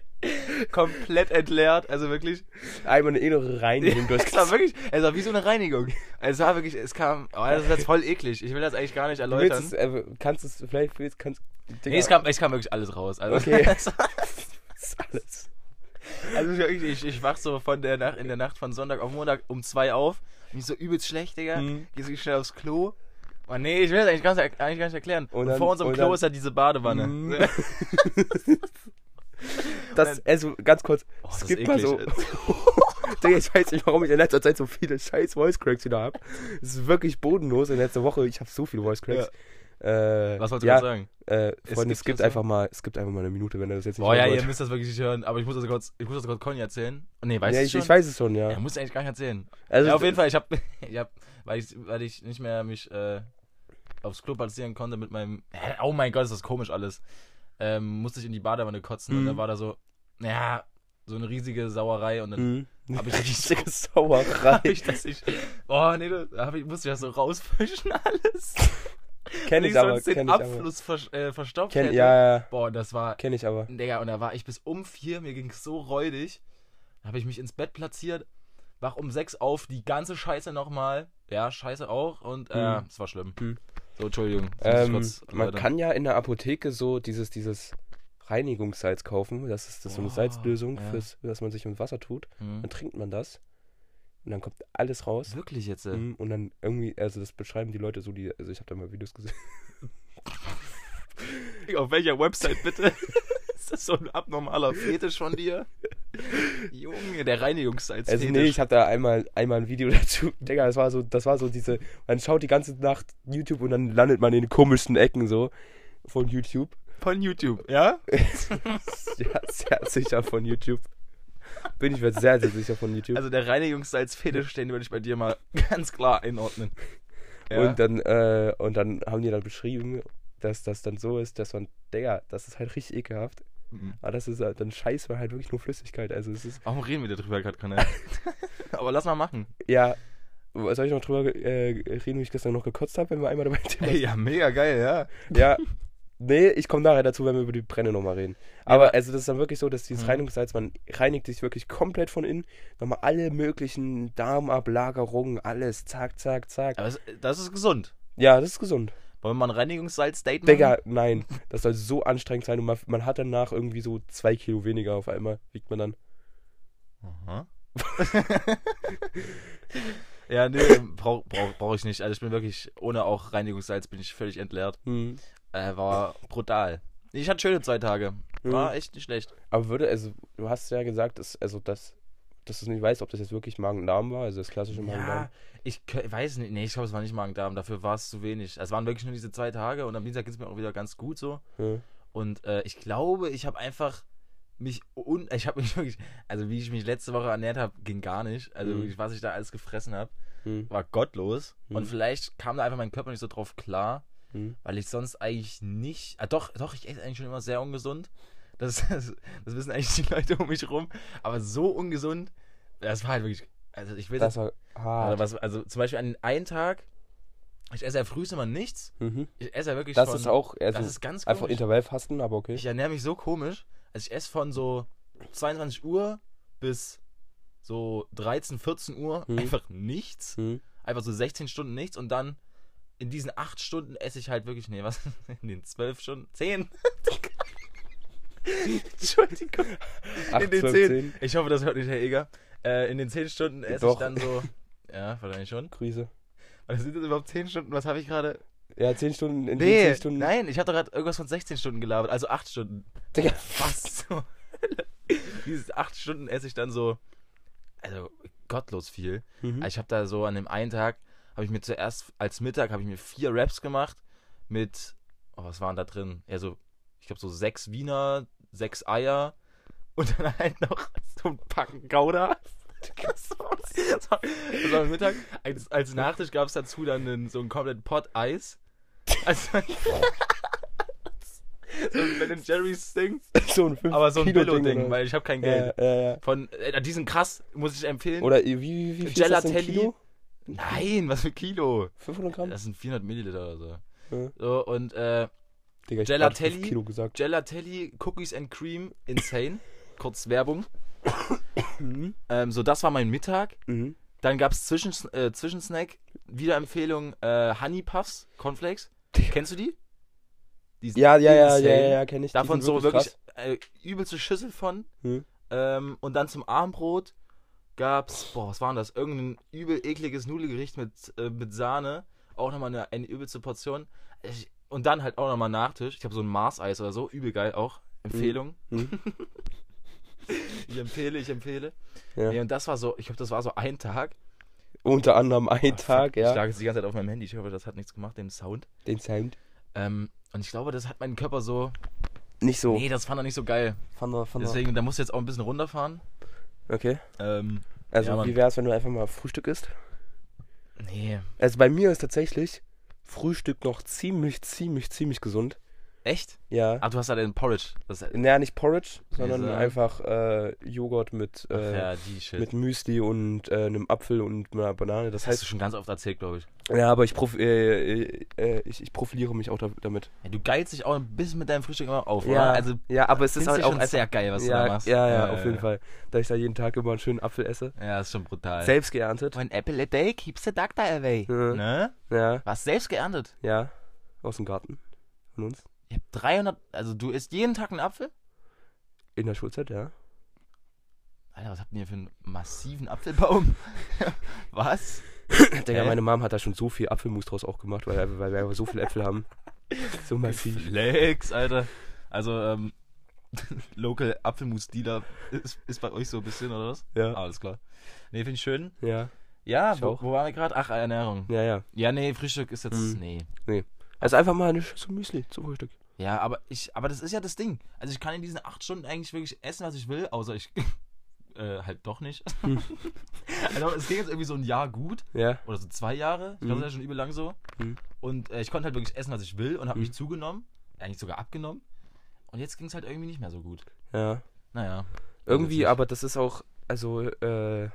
A: komplett entleert. Also wirklich,
C: Einmal eine innere Reinigung
A: es war
C: durchgezogen.
A: wirklich, es war wie so eine Reinigung. Also Es war wirklich, es kam, oh, das ist jetzt voll eklig. Ich will das eigentlich gar nicht
C: Du willst
A: erläutern.
C: es, äh, kannst es vielleicht willst, kannst. Digga,
A: Nee, es kam, es kam wirklich alles raus. Also,
C: Okay.
A: es war-
C: ist alles.
A: also wirklich, ich, ich wach so von der Nacht, in der Nacht von Sonntag auf Montag um zwei auf. Bin so übelst schlecht, Digga.
C: Mhm.
A: Geh so schnell aufs Klo. Oh, nee, ich will das eigentlich gar nicht, eigentlich gar nicht erklären. Und,
C: Und dann-
A: vor unserem
C: und
A: Klo
C: dann-
A: ist ja diese Badewanne.
C: Mhm.
A: Oh,
C: Das, also ganz kurz,
A: das
C: es
A: ist
C: gibt mal so.
A: eklig.
C: Digga, ich weiß nicht, warum ich in letzter Zeit so viele scheiß Voice Cracks wieder habe. Es ist wirklich bodenlos. In letzter Woche, ich habe so viele Voice Cracks. Äh,
A: Was wolltest du
C: ja,
A: gerade sagen?
C: Äh,
A: Es
C: Freunde,
A: gibt
C: es gibt
A: das
C: einfach mal, es gibt einfach mal eine Minute, wenn ihr das jetzt nicht
A: Boah, ja,
C: hören
A: ihr
C: wollt.
A: müsst das wirklich nicht hören, aber ich muss das kurz, ich muss das kurz Conny erzählen. Oh, Nee, weißt
C: ja,
A: du
C: ich,
A: schon?
C: ich weiß es schon, ja.
A: Er muss eigentlich gar nicht erzählen.
C: Also,
A: ja, auf jeden Fall, ich hab, ich hab weil, ich, weil ich nicht mehr mich äh, aufs Klo platzieren konnte mit meinem. Hä, Oh mein Gott, ist das komisch alles. Ähm, musste ich in die Badewanne kotzen und
C: Mhm.
A: da war da so, ja, so eine riesige Sauerei und dann
C: Mhm.
A: Hab ich-
C: richtige
A: hab
C: Sauerei.
A: ich das nicht. Boah, nee, da hab ich, musste ich das so rausfischen alles.
C: Kenn
A: Nicht
C: ich aber,
A: sonst den
C: kenn ich aber.
A: Abfluss vers, äh, verstopft
C: Kenn,
A: hätte.
C: ja, ja,
A: Boah, das war
C: kenn ich aber.
A: Digga, und da war ich bis um vier, mir ging's so räudig. Da habe ich mich ins Bett platziert, wach um sechs auf, die ganze Scheiße nochmal. Ja, Scheiße auch und äh,
C: Mhm.
A: es war schlimm.
C: Mhm.
A: So, Entschuldigung. das muss ich
C: Ähm,
A: kurz
C: man
A: erläutern.
C: kann ja in der Apotheke so dieses, dieses Reinigungssalz kaufen. Das ist das ist so eine
A: Oh,
C: Salzlösung,
A: ja.
C: fürs, dass man sich im Wasser tut.
A: Mhm.
C: Dann trinkt man das und dann kommt alles raus.
A: Wirklich jetzt? Äh.
C: Mhm, Und dann irgendwie, also das beschreiben die Leute so, die, also ich habe da mal Videos gesehen.
A: Hm. Auf welcher Website bitte? ist das so ein abnormaler Fetisch von dir? Junge, der Reinigungssalz.
C: Also nee, ich habe da einmal, einmal ein Video dazu. Digga, das war so, das war so diese, man schaut die ganze Nacht YouTube und dann landet man in den komischsten Ecken so von YouTube.
A: von YouTube, ja?
C: ja, sehr sicher von YouTube. Bin ich mir sehr, sehr sicher von YouTube.
A: Also der Reinigungssalz-Fetisch, den würde ich bei dir mal ganz klar einordnen.
C: Und dann, äh, und dann haben die dann beschrieben, dass das dann so ist, dass man, Digga, das ist halt richtig ekelhaft.
A: Mhm.
C: Aber das ist halt, dann scheißt man halt wirklich nur Flüssigkeit. Also es ist,
A: Warum reden wir darüber gerade, Conny? Aber lass mal machen.
C: ja, soll ich noch drüber äh, reden, wie ich gestern noch gekotzt habe, wenn wir einmal dabei Thema
A: ja, mega geil, ja.
C: Ja. Nee, ich komme nachher dazu, wenn wir über die Brenne nochmal reden. Aber also das ist dann wirklich so, dass dieses
A: Mhm.
C: Reinigungssalz, man reinigt sich wirklich komplett von innen. Nochmal alle möglichen Darmablagerungen, alles, zack, zack, zack.
A: Aber es- das ist gesund.
C: Ja, das ist gesund.
A: Wollen wir mal ein Reinigungssalz-Date machen?
C: Digga, nein, das soll so anstrengend sein und man, man hat danach irgendwie so zwei Kilo weniger auf einmal, wiegt man dann.
A: Aha. ja, nee, brauche brauch, brauch ich nicht. Also ich bin wirklich, ohne auch Reinigungssalz bin ich völlig entleert.
C: Hm.
A: Äh, war brutal. Ich hatte schöne zwei Tage. War echt nicht schlecht.
C: Aber würde, also, du hast ja gesagt, dass, also, dass, dass du nicht weißt, ob das jetzt wirklich Magen-Darm war, also das klassische Magen-Darm.
A: Ja, ich kö- weiß nicht. Nee, ich glaube, es war nicht Magen-Darm. Dafür war es zu wenig. Es waren wirklich nur diese zwei Tage und am Dienstag ging es mir auch wieder ganz gut so.
C: Ja.
A: Und äh, ich glaube, ich habe einfach mich un ich habe mich wirklich also wie ich mich letzte Woche ernährt habe ging gar nicht also
C: Mhm.
A: wirklich, was ich da alles gefressen habe
C: Hm.
A: war gottlos und
C: Mhm.
A: vielleicht kam da einfach mein Körper nicht so drauf klar
C: Hm.
A: weil ich sonst eigentlich nicht ah, doch doch ich esse eigentlich schon immer sehr ungesund das, das, das wissen eigentlich die Leute um mich rum aber so ungesund das war halt wirklich also ich will
C: Das war
A: also,
C: hart.
A: was, also zum Beispiel an einem Tag ich esse ja frühst immer nichts
C: Mhm.
A: ich esse ja wirklich
C: Das
A: von,
C: ist auch, also,
A: das ist ganz komisch.
C: Einfach Intervallfasten, aber okay.
A: Ich ernähre mich so komisch. Also ich esse von so 22 Uhr bis so 13, 14 Uhr
C: Hm.
A: einfach nichts.
C: Hm.
A: Einfach so 16 Stunden nichts und dann in diesen 8 Stunden esse ich halt wirklich, nee, was? In den 12 Stunden? 10? Entschuldigung.
C: 8,
A: in den
C: 12,
A: 10.
C: 10.
A: Ich hoffe, das hört nicht Herr Eger. Äh, in den 10 Stunden esse ich
C: Doch.
A: dann so. Ja, wahrscheinlich schon.
C: Grüße.
A: Aber sind das überhaupt 10 Stunden? Was habe ich gerade?
C: Ja, 10 Stunden in
A: Nee,
C: 10 Stunden.
A: nein, ich habe doch gerade irgendwas von 16 Stunden gelabert, also 8 Stunden.
C: Digga,
A: Was zur Hölle? Dieses 8 Stunden esse ich dann so, also gottlos viel.
C: Mhm.
A: Also ich habe da so an dem einen Tag, habe ich mir zuerst als Mittag, habe ich mir vier Raps gemacht mit, oh, was waren da drin? Ja, so, ich glaube so sechs Wiener, sechs Eier und dann halt noch so ein Packen Gouda. Das war, das war, das war Mittag. Als, als Nachtisch gab es dazu dann einen, so einen kompletten Pot Eis. Also, so ein Ben Jerry's Ding,
C: so ein 5
A: aber so ein
C: Kilo
A: Billo-Ding, weil ich habe kein Geld.
C: Ja, ja, ja.
A: Von, äh, die sind krass, muss ich empfehlen.
C: Oder wie, wie, wie viel ist das denn?
A: Gelatelli.
C: Kilo?
A: Nein, was für Kilo?
C: 500 Gramm?
A: Das sind 400 Milliliter oder so.
C: Ja.
A: So, und äh,
C: Digga, ich
A: Gelatelli.
C: hab 5 Kilo gesagt.
A: Gelatelli, Cookies and Cream, insane. Kurz Werbung. ähm, so, das war mein Mittag.
C: Mhm.
A: Dann gab es Zwischens äh, Zwischensnack. Wieder Empfehlung, äh, Honey Puffs, Cornflakes. Kennst du die? Die sind
C: Ja, ja, ja, ja,
A: insane.
C: ja, ja, kenn ich. Die
A: Davon
C: sind
A: so wirklich
C: krass.
A: äh, übelste Schüssel von.
C: Hm.
A: Ähm, und dann zum Abendbrot gab's, boah, was war denn das? Irgendein übel ekliges Nudelgericht mit, äh, mit Sahne. Auch nochmal eine, eine übelste Portion. Ich, und dann halt auch nochmal Nachtisch. Ich habe so ein Mars-Eis oder so. Übel geil auch. Empfehlung.
C: Hm.
A: Ich empfehle, ich empfehle.
C: Mhm. Ja.
A: Nee, und das war so, ich glaube, das war so ein Tag.
C: Unter anderem ein
A: Ah,
C: Tag,
A: fuck, Ich
C: ja.
A: lag jetzt die ganze Zeit auf meinem Handy. Ich hoffe, das hat nichts gemacht, dem Sound.
C: Den Sound.
A: Ähm, und ich glaube, das hat meinen Körper so.
C: Nicht so.
A: Nee, das fand er nicht so geil.
C: Von der, von der-
A: Deswegen, da musst du jetzt auch ein bisschen runterfahren.
C: Okay.
A: Ähm,
C: Also,
A: Ja, Mann.
C: wie wär's, wenn du einfach mal Frühstück isst?
A: nee.
C: Also, bei mir ist tatsächlich Frühstück noch ziemlich, ziemlich, ziemlich gesund.
A: Echt?
C: Ja.
A: Ach, du hast da den Porridge. Das ist,
C: Naja, nicht Porridge, sondern
A: Käse.
C: einfach äh, Joghurt mit,
A: Ach
C: äh,
A: ja, die Shit.
C: mit Müsli und äh, einem Apfel und einer Banane. Das
A: das hast du
C: heißt,
A: schon ganz oft erzählt, glaube ich.
C: ja, aber ich, prof äh, äh, äh, ich, ich profiliere mich auch da, damit.
A: Ja, du geilst dich auch ein bisschen mit deinem Frühstück immer auf,
C: ja,
A: oder? Also,
C: ja, aber es
A: das
C: ist
A: ist
C: halt
A: halt
C: auch
A: schon sehr geil, was
C: ja,
A: du da machst.
C: Ja, ja, auf jeden Fall. Da ich da jeden Tag immer einen schönen Apfel esse.
A: Ja, ist schon brutal.
C: Selbst geerntet.
A: One apple a day keeps the doctor away.
C: Ja.
A: Ne?
C: Ja,
A: Was selbst geerntet?
C: ja. Aus dem Garten. Von uns.
A: Ich hab 300, also du isst jeden Tag einen Apfel?
C: In der Schulzeit, ja.
A: Alter, was habt ihr für einen massiven Apfelbaum? was?
C: Digga,
A: Hä?
C: meine Mom hat da schon so viel Apfelmus draus auch gemacht, weil, weil wir einfach so viele Äpfel haben. So massiv.
A: Flex, Alter. Also, ähm, Local Apfelmus-Dealer ist, ist bei euch so ein bisschen, oder was?
C: Ja.
A: Alles klar. Nee, finde ich schön.
C: Ja,
A: Ja,
C: Ich
A: wo,
C: auch.
A: wo waren wir gerade? Ach, Ernährung.
C: ja, ja.
A: Ja, nee, Frühstück ist jetzt.
C: Mhm.
A: Nee.
C: Also einfach mal eine Schüssel Müsli zum Frühstück.
A: Ja, aber ich, aber das ist ja das Ding. Also ich kann in diesen acht Stunden eigentlich wirklich essen, was ich will, außer ich äh, halt doch nicht.
C: Hm.
A: also es ging jetzt irgendwie so ein Jahr gut
C: Ja.
A: oder so zwei Jahre. Ich glaube,
C: Mhm.
A: das ist ja schon übel lang so.
C: Mhm.
A: Und äh, ich konnte halt wirklich essen, was ich will und habe
C: Mhm.
A: mich zugenommen, eigentlich sogar abgenommen. Und jetzt ging es halt irgendwie nicht mehr so gut.
C: Ja.
A: Naja.
C: Irgendwie,
A: Letztlich.
C: aber das ist auch, also, äh,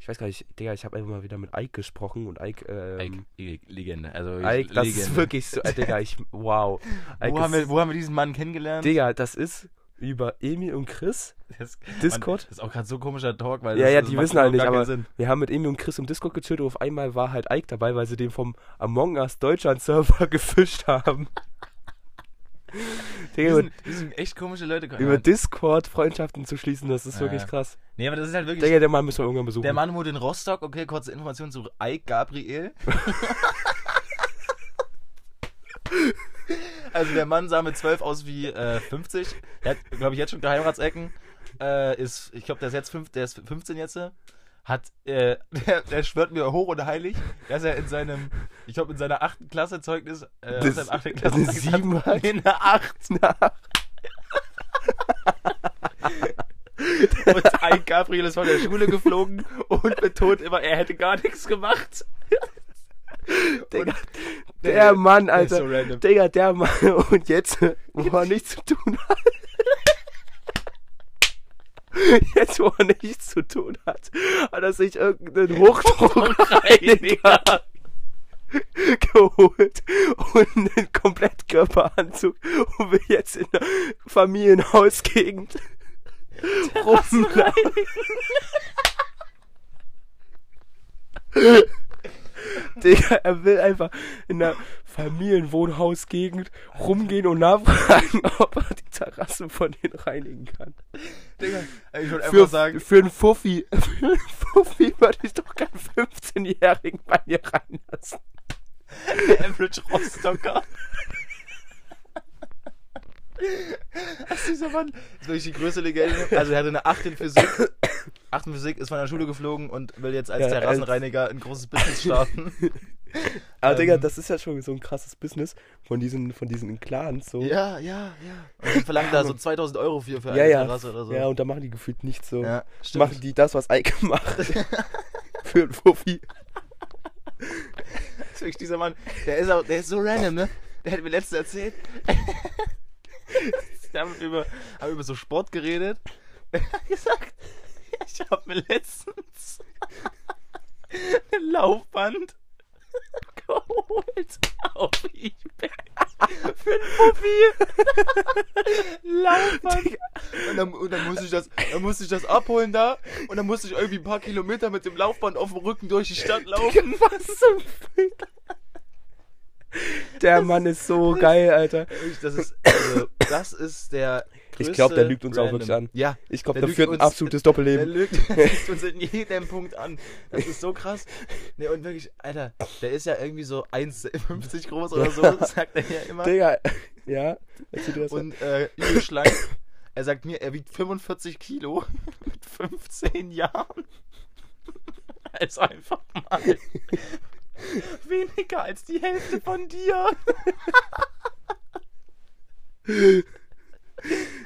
C: ich weiß gar nicht, Digga, ich habe einfach mal wieder mit Ike gesprochen und Ike, ähm,
A: Ike, Legende. Also
C: Ike, das ist wirklich so, äh, Digga, ich, wow. Ike
A: Wo haben,
C: ist,
A: wir, wo haben wir diesen Mann kennengelernt?
C: Digga, das ist über Emil und Chris,
A: Das-
C: Discord.
A: Mann, das ist auch gerade so komischer Talk, weil
C: Ja,
A: das,
C: ja,
A: das
C: die
A: macht
C: wissen
A: überhaupt
C: halt nicht,
A: gar keinen
C: aber
A: Sinn.
C: wir haben mit Emil und Chris im Discord gechillt und auf einmal war halt Ike dabei, weil sie den vom Among Us Deutschland Server gefischt haben. Digga,
A: Wir
C: über,
A: sind, wir sind echt komische Leute.
C: über Discord Freundschaften zu schließen, das ist
A: Ja,
C: wirklich
A: ja.
C: krass.
A: nee, aber das ist halt wirklich.
C: Digga, der Mann müssen wir irgendwann besuchen.
A: der Mann wurde in Rostock. Okay, kurze Information zu Ike Gabriel. also der Mann sah mit 12 aus wie äh, 50. Er hat, glaube ich, jetzt schon Geheimratsecken. Äh, ist, ich glaube, der ist jetzt fünf, der ist 15 jetzt. Hat, äh, der, der schwört mir hoch und heilig, dass er in seinem, ich glaube, in seiner achten Klasse Zeugnis, äh, aus
C: Das-
A: seinem achten
C: das
A: Klasse
C: ist sieben hat.
A: in der 8 Und ein Gabriel ist von der Schule geflogen und betont immer, er hätte gar nichts gemacht.
C: Digga,
A: Und-
C: Der Mann,
A: Der ist
C: Alter.
A: so random.
C: Digga, der Mann. Und jetzt, wo er nichts zu tun hat. Jetzt, wo er nichts zu tun hat, hat er sich irgendeinen Hochdruckreiniger geholt und einen Komplettkörperanzug und will jetzt in der Familienhausgegend rumlaufen. Digga, er will einfach in der Familienwohnhausgegend rumgehen und nachfragen, ob er die Terrassen von denen reinigen kann.
A: Digga, ich würde
C: Für,
A: einfach sagen,
C: für einen Fuffi, für einen Fuffi würde ich doch keinen 15-Jährigen bei mir reinlassen.
A: Der Average Rostocker. Das ist dieser Mann. Das ist wirklich die größte Legende. Also, er hatte eine 8 in Physik. 8 in Physik, ist von der Schule geflogen und will jetzt als
C: Ja,
A: Terrassenreiniger ein großes Business starten.
C: Aber Digga,
A: Ähm.
C: das ist ja schon so ein krasses Business von diesen, von diesen Clans. So.
A: Ja, ja, ja. Und die verlangen da so 2000 Euro für, für eine
C: ja, ja.
A: Terrasse oder so.
C: Ja, und da machen die gefühlt nichts so.
A: Ja, stimmt.
C: machen die das, was Ike macht. Für einen Fuffi.
A: Das ist wirklich dieser Mann. Der ist, auch, der ist so random, ne? Der hat mir letztens erzählt. Wir haben über, haben über so Sport geredet. Er hat gesagt, ja, ich habe mir letztens ein Laufband geholt auf eBay. Für ein Profi. Laufband. Und dann, und dann musste ich das, dann musste ich das abholen da. Und dann musste ich irgendwie ein paar Kilometer mit dem Laufband auf dem Rücken durch die Stadt laufen.
C: Was zum Fick? Der Mann ist so geil, Alter.
A: Wirklich, Das ist, also, das ist der.
C: Ich glaub,
A: größte
C: der lügt uns auch wirklich
A: Random.
C: an.
A: Ja.
C: Ich glaube,
A: Der
C: der
A: lügt
C: führt ein
A: uns-
C: absolutes
A: Der
C: Doppelleben.
A: lügt, der lügt uns in jedem Punkt an. Das ist so krass. Ne, und wirklich, Alter, der ist ja irgendwie so 1,50 groß oder so, sagt er ja immer.
C: Digga. Ja, erzähl dir das mal.
A: Und äh, übel schlank. Er sagt mir, er wiegt 45 Kilo mit 15 Jahren. Also einfach mal weniger als die Hälfte von dir.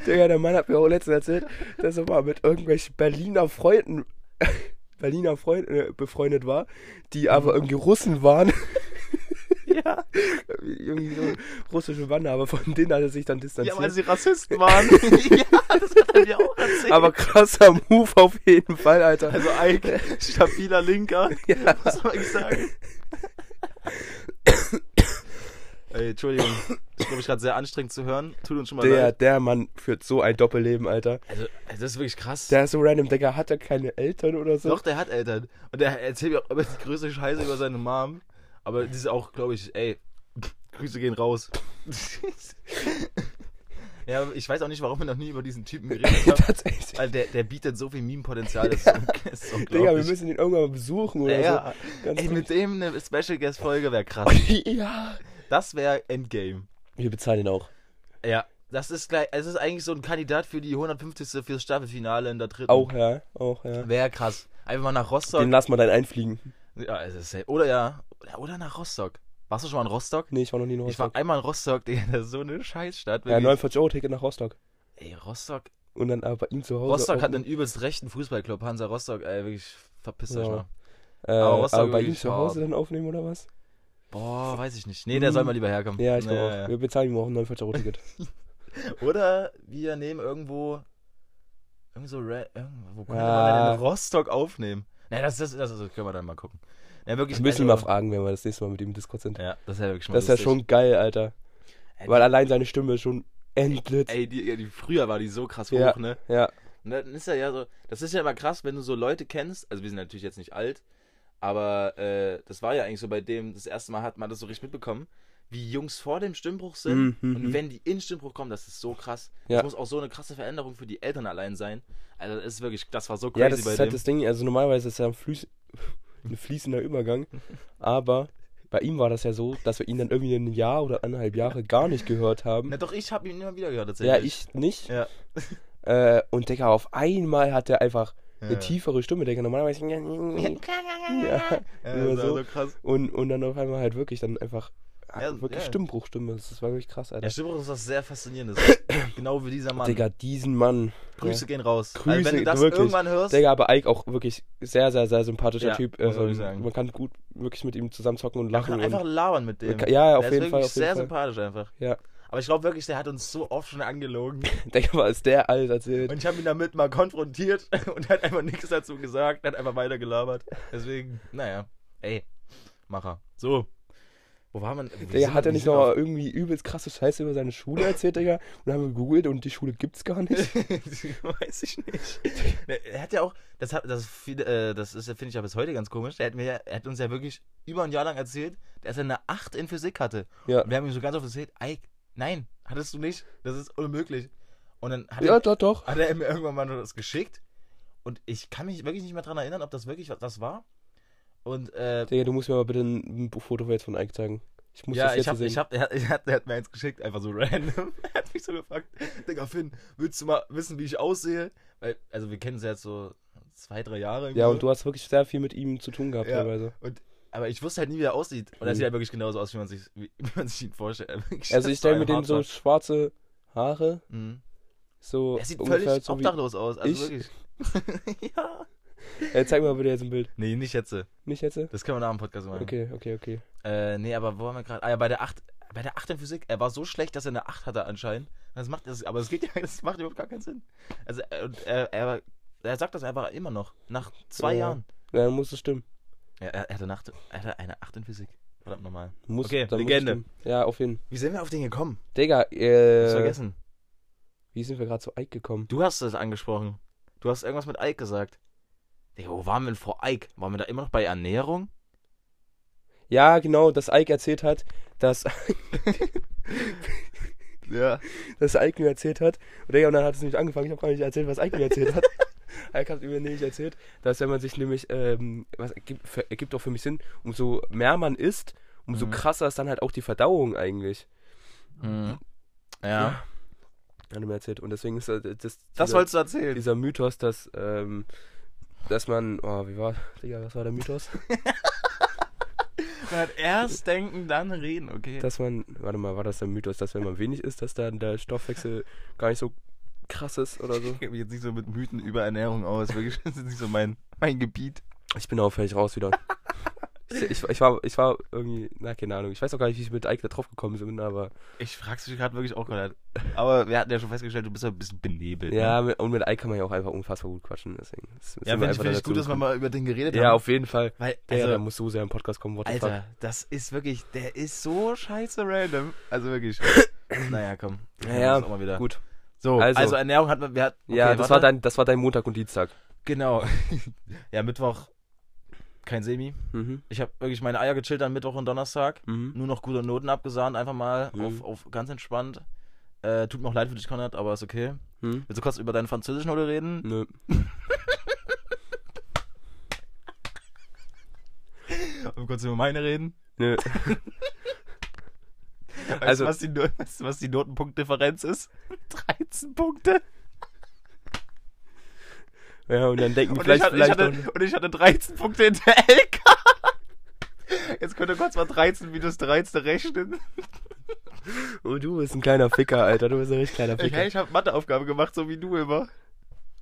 C: Digga, der Mann hat mir auch letztens erzählt, dass er mal mit irgendwelchen Berliner Freunden, Berliner Freund, äh, befreundet war, die aber irgendwie Russen waren.
A: Mhm. Ja.
C: irgendwie so russische Wanderer, von denen hat er sich dann
A: Ja,
C: distanziert.
A: weil sie Rassisten waren. ja, das hat er mir auch erzählt.
C: aber krasser Move auf jeden Fall, Alter.
A: also Ike, stabiler Linker,
C: Ja.
A: muss man eigentlich sagen. Ey, Entschuldigung. Das ist, glaube ich, gerade sehr anstrengend zu hören. Tut uns schon mal
C: Der,
A: leid.
C: der Mann führt so ein Doppelleben, Alter.
A: Also, also, das ist wirklich krass.
C: Der ist so random, Digga, hat er keine Eltern oder so?
A: Doch, der hat Eltern. Und der erzählt mir auch immer die größte Scheiße über seine Mom. Aber die ist auch, glaube ich, ey, Grüße gehen raus. ja, aber ich weiß auch nicht, warum wir noch nie über diesen Typen geredet haben.
C: Tatsächlich.
A: Weil der, der bietet so viel Meme-Potenzial, das ist, un das ist unglaublich.
C: Digga, wir müssen ihn irgendwann mal besuchen oder
A: ja,
C: so. Ganz
A: ey,
C: gut.
A: mit dem eine Special Guest-Folge wäre krass.
C: ja.
A: Das wäre Endgame.
C: Wir bezahlen ihn auch.
A: Ja, das ist gleich, es ist eigentlich so ein Kandidat für die 150. fürs Staffelfinale in der dritten.
C: Auch ja, auch ja. Genau.
A: Wäre krass. Einfach mal nach Rostock.
C: Den lass mal dann einfliegen.
A: Ja, also es ist, oder ja, oder, oder nach Rostock. Warst du schon mal in Rostock?
C: Nee, ich war noch nie in
A: Ich war
C: Rostock.
A: einmal in Rostock, Digga, das ist so eine Scheißstadt.
C: ja,
A: wirklich.
C: 49 Euro Ticket nach Rostock.
A: Ey, Rostock.
C: Und dann aber bei ihm zu Hause.
A: Rostock
C: auch-
A: hat einen übelst rechten Fußballclub, Hansa Rostock, ey, wirklich, verpisst euch
C: Ja.
A: mal.
C: äh,
A: aber
C: aber,
A: Rostock
C: bei ihm
A: wirklich
C: zu Hause dann aufnehmen oder was?
A: Boah, weiß ich nicht. Nee, der soll mal lieber herkommen.
C: Hm. Ja, ich glaube
A: Ja,
C: auch.
A: ja.
C: Wir bezahlen ihm auch ein 49 Euro Ticket.
A: Oder wir nehmen irgendwo. Irgend so ra- irgendwo, wo können wir
C: Ah.
A: denn in Rostock aufnehmen? Ne, das, das, das, das können wir dann mal gucken. Ja, wirklich,
C: Wir müssen ihn mal
A: also,
C: fragen, wenn wir das nächste Mal mit ihm im Discord sind.
A: Ja, das ist ja wirklich schon
C: Das ist ja schon geil, Alter.
A: Ey,
C: Weil allein seine Stimme ist schon endlich.
A: Ey, die, ja, die, früher war die so krass
C: Ja.
A: hoch, ne?
C: Ja.
A: Und dann ist ja ja so. Das ist ja immer krass, wenn du so Leute kennst. Also, wir sind natürlich jetzt nicht alt, aber äh, das war ja eigentlich so bei dem, das erste Mal hat man das so richtig mitbekommen, wie Jungs vor dem Stimmbruch sind.
C: Mhm,
A: Und
C: mhm.
A: wenn die in Stimmbruch kommen, das ist so krass.
C: Ja.
A: Das muss auch so eine krasse Veränderung für die Eltern allein sein. Also das ist wirklich, das war so crazy
C: ja, das
A: bei
C: ist halt
A: dem.
C: das Ding. Also normalerweise ist ja ein, Fließ, ein fließender Übergang. Aber bei ihm war das ja so, dass wir ihn dann irgendwie ein Jahr oder anderthalb Jahre gar nicht gehört haben.
A: Na doch, ich habe ihn immer wieder gehört
C: Ja,
A: tatsächlich.
C: ich nicht.
A: Ja.
C: Äh, und Digga, auf einmal hat er einfach eine
A: Ja.
C: tiefere Stimme, Digga. Normalerweise. Ja.
A: Ja, das war
C: nur so.
A: so krass.
C: Und, und dann auf einmal halt wirklich dann einfach halt
A: Ja,
C: wirklich
A: ja.
C: Stimmbruchstimme. Das war wirklich krass, Alter.
A: Ja, Stimmbruch ist was sehr Faszinierendes. genau wie dieser Mann.
C: Digga, diesen Mann.
A: Grüße gehen raus.
C: Grüße,
A: also, wenn du das
C: wirklich.
A: irgendwann hörst,
C: Digga, aber Ike auch wirklich sehr, sehr, sehr sympathischer
A: Ja,
C: Typ.
A: muss man
C: Ähm,
A: sagen.
C: man kann gut wirklich mit ihm zusammenzocken und
A: man
C: lachen.
A: kann einfach
C: und,
A: labern mit dem.
C: man kann, ja, ja, auf
A: der
C: jeden
A: ist wirklich
C: Fall. Auf
A: sehr
C: jeden Fall.
A: sympathisch einfach.
C: Ja.
A: Aber ich glaube wirklich, der hat uns so oft schon angelogen.
C: Digga, war ist der alt erzählt.
A: Und ich habe ihn damit mal konfrontiert und hat einfach nichts dazu gesagt, hat einfach weiter gelabert. Deswegen, naja, ey, Macher. So. Wo war man?
C: Digga, hat er nicht noch irgendwie übelst krasse Scheiße über seine Schule erzählt, Digga? Und dann haben wir gegoogelt und die Schule gibt's gar nicht.
A: Weiß ich nicht. Er hat ja auch, das hat, das, viel, äh, das ist, finde ich ja bis heute ganz komisch. Er hat, mir, ja- er hat uns ja wirklich über ein Jahr lang erzählt, dass er eine 8 in Physik hatte.
C: Ja.
A: Und wir haben ihm so ganz oft erzählt, ey, nein, hattest du nicht. Das ist unmöglich. Und dann hat
C: Ja,
A: er
C: doch, doch.
A: hat er mir irgendwann mal das geschickt und ich kann mich wirklich nicht mehr dran erinnern, ob das wirklich was- das war. Und äh,
C: Digga, du musst mir mal bitte ein ein Foto jetzt von Ike zeigen. Ich muss
A: ja,
C: das jetzt
A: ich hab,
C: sehen.
A: ich hab, er, hat- er, hat, er hat mir eins geschickt, einfach so random. er hat mich so gefragt, Digga, Finn, willst du mal wissen, wie ich aussehe? Weil, also wir kennen sie jetzt so zwei, drei Jahre. irgendwie
C: ja,
A: so.
C: und du hast wirklich sehr viel mit ihm zu tun gehabt
A: Ja.
C: teilweise.
A: Aber ich wusste halt nie, wie er aussieht. Und er
C: Mhm.
A: sieht halt wirklich genauso aus, wie man sich, wie, wie man sich ihn vorstellt. Wirklich,
C: Also
A: das
C: ich
A: ist
C: stelle
A: ein
C: mir den so
A: Haarschlag.
C: schwarze Haare,
A: Mhm.
C: so
A: Er sieht
C: ungefähr
A: völlig
C: so wie...
A: obdachlos aus. Also
C: ich?
A: wirklich. ja.
C: Ey, zeig mir mal bitte jetzt ein Bild.
A: Nee, nicht jetzt.
C: Nicht jetzt?
A: Das können wir nach dem Podcast machen.
C: Okay, okay, okay.
A: Äh, nee, aber wo waren wir gerade? Ah ja, bei der 8. Bei der 8 in Physik, er war so schlecht, dass er eine 8 hatte anscheinend. Das macht, das, aber das geht ja, das macht überhaupt gar keinen Sinn. Also, äh, und er, er, er sagt das einfach immer noch. Nach zwei
C: Ja.
A: Jahren.
C: Ja, dann muss es stimmen.
A: Ja, er, er, hatte eine 8, er hatte eine 8 in Physik. Verdammt nochmal.
C: Muss,
A: Okay,
C: dann
A: Legende.
C: Muss es stimmen. ja, auf jeden Fall.
A: Wie sind wir auf den gekommen?
C: Digga,
A: Ich hab's
C: äh,
A: vergessen.
C: wie sind wir gerade zu Ike gekommen?
A: Du hast es angesprochen. Du hast irgendwas mit Ike gesagt. Digga, wo waren wir denn vor Ike? Waren wir da immer noch bei Ernährung?
C: Ja, genau, dass Ike erzählt hat, dass,
A: Ja.
C: dass Ike mir erzählt hat. Und, Digga, und dann hat es nämlich angefangen, ich habe gar nicht erzählt, was Ike mir erzählt hat. Ike hat mir nämlich erzählt, dass wenn man sich nämlich, ähm, was ergibt, ver- ergibt auch für mich Sinn, umso mehr man isst, umso
A: Mhm.
C: krasser ist dann halt auch die Verdauung eigentlich.
A: Mhm. Ja.
C: Hat er mir erzählt. Und deswegen ist äh, das,
A: Das
C: dieser-
A: wolltest du erzählen.
C: dieser Mythos, dass, ähm, dass man, oh, wie war, Digga, was war der Mythos?
A: Man hat halt erst denken, dann reden, okay.
C: Dass man, warte mal, war das der Mythos, dass wenn man wenig isst, dass dann der Stoffwechsel gar nicht so krass ist oder so?
A: Ich kenne mich jetzt nicht so mit Mythen über Ernährung aus. Wirklich, das ist nicht so mein, mein Gebiet.
C: Ich bin auch völlig raus wieder. Ich, ich, ich, war, ich war irgendwie, na, keine Ahnung. Ich weiß auch gar nicht, wie ich mit Ike da drauf gekommen bin, aber.
A: Ich frag's mich gerade wirklich auch gerade. Aber wir hatten ja schon festgestellt, du bist ja ein bisschen benebelt.
C: Ja,
A: ne?
C: mit, und mit Ike kann man ja auch einfach unfassbar gut quatschen. Deswegen ist- sind
A: ja
C: wir
A: finde ich,
C: einfach
A: find ich
C: dazu
A: gut, dass wir
C: gekommen.
A: mal über den geredet
C: Ja,
A: haben.
C: auf jeden Fall.
A: Weil,
C: Digga,
A: also,
C: der muss so sehr im Podcast kommen, what the fuck.
A: Alter, das ist wirklich, der ist so scheiße random. Also wirklich. naja, komm. Ich
C: Ja, ja,
A: muss auch mal wieder.
C: Gut.
A: So, also,
C: Also.
A: Ernährung hat man, wir hatten.
C: ja, das war,
A: dann.
C: dein, das war dein Montag und Dienstag.
A: Genau. ja, Mittwoch kein Semi.
C: Mhm.
A: Ich habe wirklich meine Eier gechillt an Mittwoch und Donnerstag.
C: Mhm.
A: nur noch gute Noten abgesahnt, einfach mal
C: Mhm.
A: auf, auf ganz entspannt. Äh, tut mir auch leid für dich, Konrad, aber ist okay.
C: Mhm.
A: Willst du kurz über deine französischen Note reden?
C: Nö.
A: Und kurz über meine reden?
C: Nö.
A: also,
C: Also-
A: du, was die, No- weißt du, was die Notenpunktdifferenz ist? 13 Punkte.
C: Ja, und dann denken
A: Und ich,
C: vielleicht,
A: hatte, ich
C: vielleicht.
A: hatte, und ich hatte 13 Punkte in der LK. Jetzt könnt ihr kurz mal 13 minus 13 rechnen.
C: noch- oh, du bist ein kleiner Ficker, Alter. Du bist ein richtig kleiner
A: Ich,
C: Ficker.
A: hey, ich habe Matheaufgabe gemacht, so wie du immer.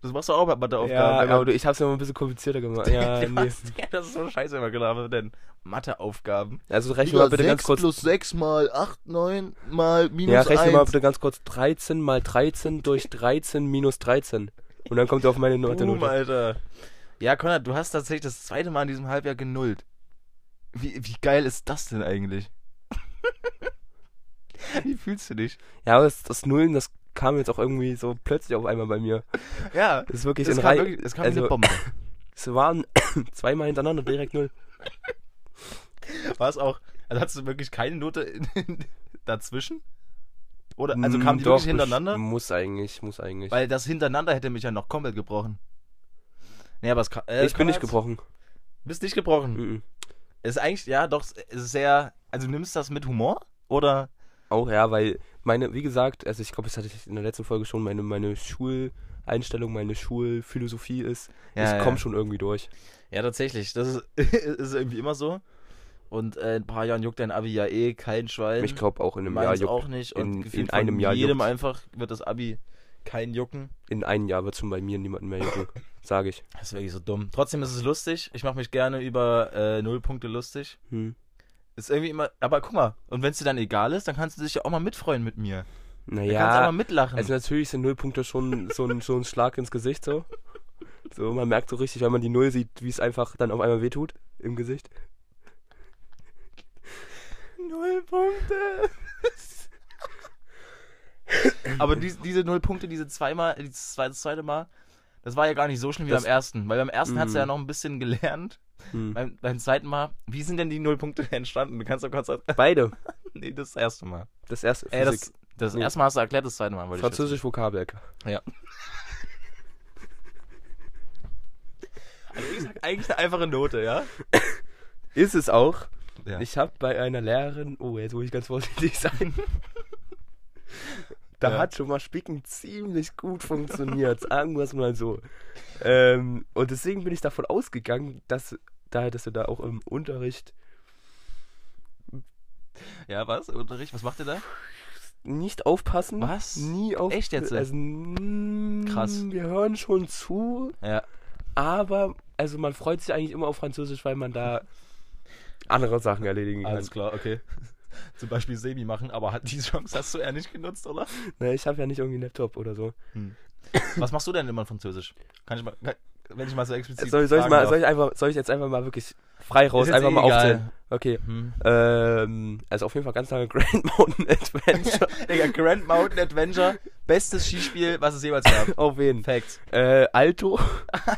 A: Das machst du auch bei
C: ja,
A: Matheaufgaben.
C: aber du, ich hab's ja mal ein bisschen komplizierter gemacht. Ja,
A: Du
C: nee.
A: hast- das ist so scheiße immer gelabert, denn Matheaufgaben.
C: Also rechne mal bitte ganz kurz.
A: plus 6 mal 8, 9 mal minus
C: Ja, rechne mal bitte ganz kurz 13 mal 13 durch 13 minus 13. Und dann kommt ihr auf meine Note.
A: Boom,
C: Note.
A: Alter. Ja, Konrad, du hast tatsächlich das zweite Mal in diesem Halbjahr genullt. Wie, wie geil ist das denn eigentlich? wie fühlst du dich?
C: Ja, aber das, das Nullen, das kam jetzt auch irgendwie so plötzlich auf einmal bei mir.
A: Ja,
C: Das ist wirklich
A: es
C: in
A: kam,
C: Reihe.
A: wirklich, es kam wie
C: also-
A: eine Bombe.
C: Es waren zweimal hintereinander direkt Null.
A: War es auch, also hattest du wirklich keine Note in, in, dazwischen? Oder, also kamen die
C: Mm, Doch,
A: wirklich hintereinander?
C: best- Muss eigentlich, muss eigentlich.
A: Weil das hintereinander hätte mich ja noch komplett gebrochen. Nee, aber es kam, äh,
C: ich bin nicht
A: Konrad,
C: gebrochen.
A: Bist nicht gebrochen?
C: Mhm.
A: Ist eigentlich, ja, doch, es ist sehr. Also du nimmst das mit Humor? Oder?
C: Auch ja, weil meine, wie gesagt, also ich glaube, das hatte ich in der letzten Folge schon, meine, meine Schuleinstellung, meine Schulphilosophie ist, ich komme schon irgendwie durch.
A: ja, tatsächlich. Das ist, ist irgendwie immer so. Und äh, in ein paar Jahren juckt dein Abi ja eh kein Schwein.
C: Ich glaube auch in einem Jahr
A: Meins
C: juckt.
A: auch nicht.
C: in-
A: Und
C: in
A: gefühlt
C: einem
A: von
C: Jahr
A: jedem
C: juckt's.
A: einfach wird das Abi kein Jucken.
C: In einem Jahr wird schon bei mir niemanden mehr jucken, sage ich.
A: Das ist wirklich so dumm. Trotzdem ist es lustig. Ich mache mich gerne über äh, Nullpunkte lustig.
C: Hm.
A: Ist irgendwie immer. Aber guck mal, und wenn es dir dann egal ist, dann kannst du dich ja auch mal mitfreuen mit mir. Dann kannst du auch
C: Naja,
A: mal mitlachen.
C: also natürlich sind Nullpunkte schon so ein, so ein Schlag ins Gesicht so. So, man merkt so richtig, wenn man die Null sieht, wie es einfach dann auf einmal wehtut im Gesicht.
A: Null Punkte. Aber dies, diese null Punkte, diese zweimal, dieses zweite, das zweite Mal, das war ja gar nicht so schlimm wie
C: Das-
A: beim ersten. Weil beim ersten hast du ja
C: Mm.
A: noch ein bisschen gelernt.
C: Hm.
A: Beim, beim zweiten Mal, wie sind denn die null Punkte entstanden? Du kannst doch kurz sagen,
C: Beide.
A: nee, das erste Mal.
C: Das erste
A: Äh,
C: Physik.
A: das, das
C: Nee.
A: erste Mal hast du erklärt, das zweite Mal wollte ich
C: Französisch Vokabel.
A: jetzt. Also wie gesagt, eigentlich eine einfache Note, ja?
C: Ist es auch.
A: Ja.
C: Ich habe bei einer Lehrerin, oh, jetzt muss ich ganz vorsichtig sein. Da
A: Ja.
C: hat schon mal Spicken ziemlich gut funktioniert, sagen wir es mal so. Ähm, und deswegen bin ich davon ausgegangen, dass, daher, dass wir da auch im Unterricht
A: ja, was? Unterricht? Was macht ihr da?
C: nicht aufpassen.
A: Was?
C: Nie auf
A: Echt jetzt?
C: Also, mm,
A: Krass.
C: Wir hören schon zu,
A: Ja.
C: aber also man freut sich eigentlich immer auf Französisch, weil man da andere Sachen erledigen kann.
A: Alles klar, okay. also Zum Beispiel Semi machen, aber hat die Chance hast du eher nicht genutzt, oder?
C: Na, Ne, ich habe ja nicht irgendwie einen Laptop oder so.
A: Was machst du denn immer in Französisch? Kann ich mal, kann, wenn ich mal so explizit.
C: Soll, soll, ich
A: fragen
C: mal,
A: darf.
C: soll, ich einfach, soll ich jetzt einfach mal wirklich frei raus,
A: jetzt
C: einfach
A: eh
C: mal
A: egal.
C: aufzählen? Okay.
A: Hm.
C: Ähm, also auf jeden Fall ganz lange Grand Mountain Adventure.
A: Digga, Grand Mountain Adventure, bestes Skispiel, was es jemals gab.
C: auf jeden Fall.
A: Facts.
C: Äh, Alto.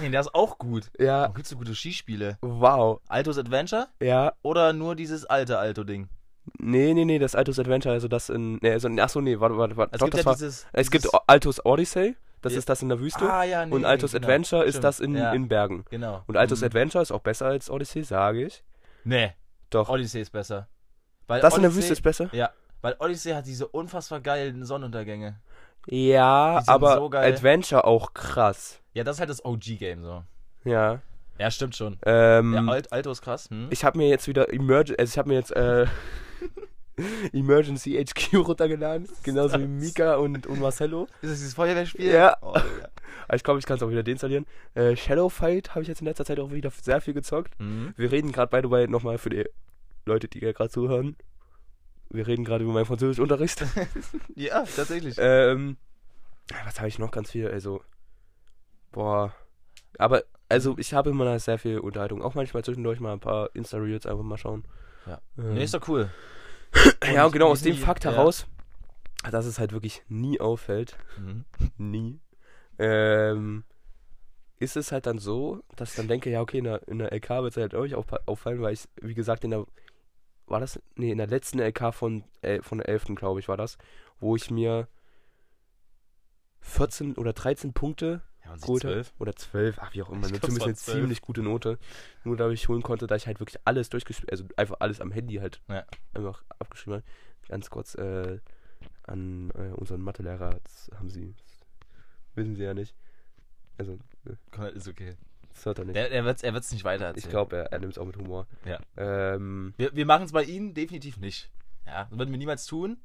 A: Nee, der ist auch gut.
C: Ja.
A: Warum gibt's so gute Skispiele?
C: Wow.
A: Altos Adventure
C: Ja.
A: oder nur dieses alte Alto-Ding?
C: Nee, nee, nee, das Altos Adventure, also das in. Nee, also, achso, nee, warte, warte, warte.
A: Es
C: Doch,
A: gibt
C: das
A: ja
C: war,
A: dieses.
C: es gibt
A: dieses,
C: Altos Odyssey, das
A: Ja.
C: ist das in der Wüste.
A: Ah, ja, nee,
C: und
A: nee,
C: Altos
A: genau.
C: Adventure ist
A: Stimmt.
C: das in,
A: Ja.
C: in Bergen.
A: Genau.
C: Und Altos
A: Mhm.
C: Adventure ist auch besser als Odyssey, sage ich.
A: Nee.
C: Doch.
A: Odyssey ist besser. Weil
C: das in der
A: Äh, Odyssey-
C: Wüste ist besser?
A: Ja, weil Odyssey hat diese unfassbar geilen Sonnenuntergänge.
C: Ja,
A: Die sind
C: aber
A: so geil.
C: Adventure auch krass.
A: Ja, das ist halt das OG-Game so.
C: Ja.
A: Ja, stimmt schon.
C: Ähm,
A: Ja, also- Alt Alto ist krass. Hm?
C: Ich habe mir jetzt wieder Emergen also ich habe mir jetzt äh, Emergency HQ runtergeladen, genauso wie Mika und, und Marcello.
A: ist das dieses Feuerwehrspiel?
C: Ja.
A: Oh, Digga.
C: Aber Ich glaube, ich kann es auch wieder deinstallieren. Äh, Shadow Fight habe ich jetzt in letzter Zeit auch wieder sehr viel gezockt.
A: Mhm.
C: Wir reden gerade, by the way, nochmal für die Leute, die ja gerade zuhören. Wir reden gerade über meinen Französischunterricht.
A: ja, tatsächlich.
C: ähm, was habe ich noch ganz viel? Also, boah. Aber, also, ich habe immer noch sehr viel Unterhaltung. Auch manchmal zwischendurch mal ein paar Insta-Reels einfach mal schauen.
A: Ja.
C: Ähm,
A: Nee, ist doch cool.
C: Ja, und genau
A: die
C: aus
A: sind
C: dem
A: die-
C: Fakt
A: ja.
C: heraus, dass es halt wirklich nie auffällt,
A: Mhm.
C: nie, ähm, ist es halt dann so, dass ich dann denke, ja, okay, in der, in der LK wird es halt auch nicht aufpa- auffallen, weil ich, wie gesagt, in der, war das, nee, in der letzten LK von, el- von der 11., glaube ich, war das, wo ich mir 14 oder 13 Punkte
A: Ja, und sie
C: geholt habe,
A: zwölf.
C: oder 12, ach, wie auch immer, ne?
A: Ich glaub,
C: zumindest
A: es waren
C: eine
A: 12.
C: ziemlich gute Note, nur dadurch holen konnte, da ich halt wirklich alles durchgespielt, also einfach alles am Handy halt
A: Ja.
C: einfach abgeschrieben habe. Ganz kurz äh, an äh, unseren Mathelehrer, das haben sie, das wissen sie ja nicht. Also,
A: Komm, Ist okay.
C: das hört er nicht.
A: Der, er wird es er wird's nicht weiter
C: ich
A: erzählen.
C: glaube, er, er nimmt es auch mit Humor.
A: Ja.
C: Ähm,
A: Wir, wir machen es bei Ihnen definitiv nicht. Ja, das würden wir niemals tun.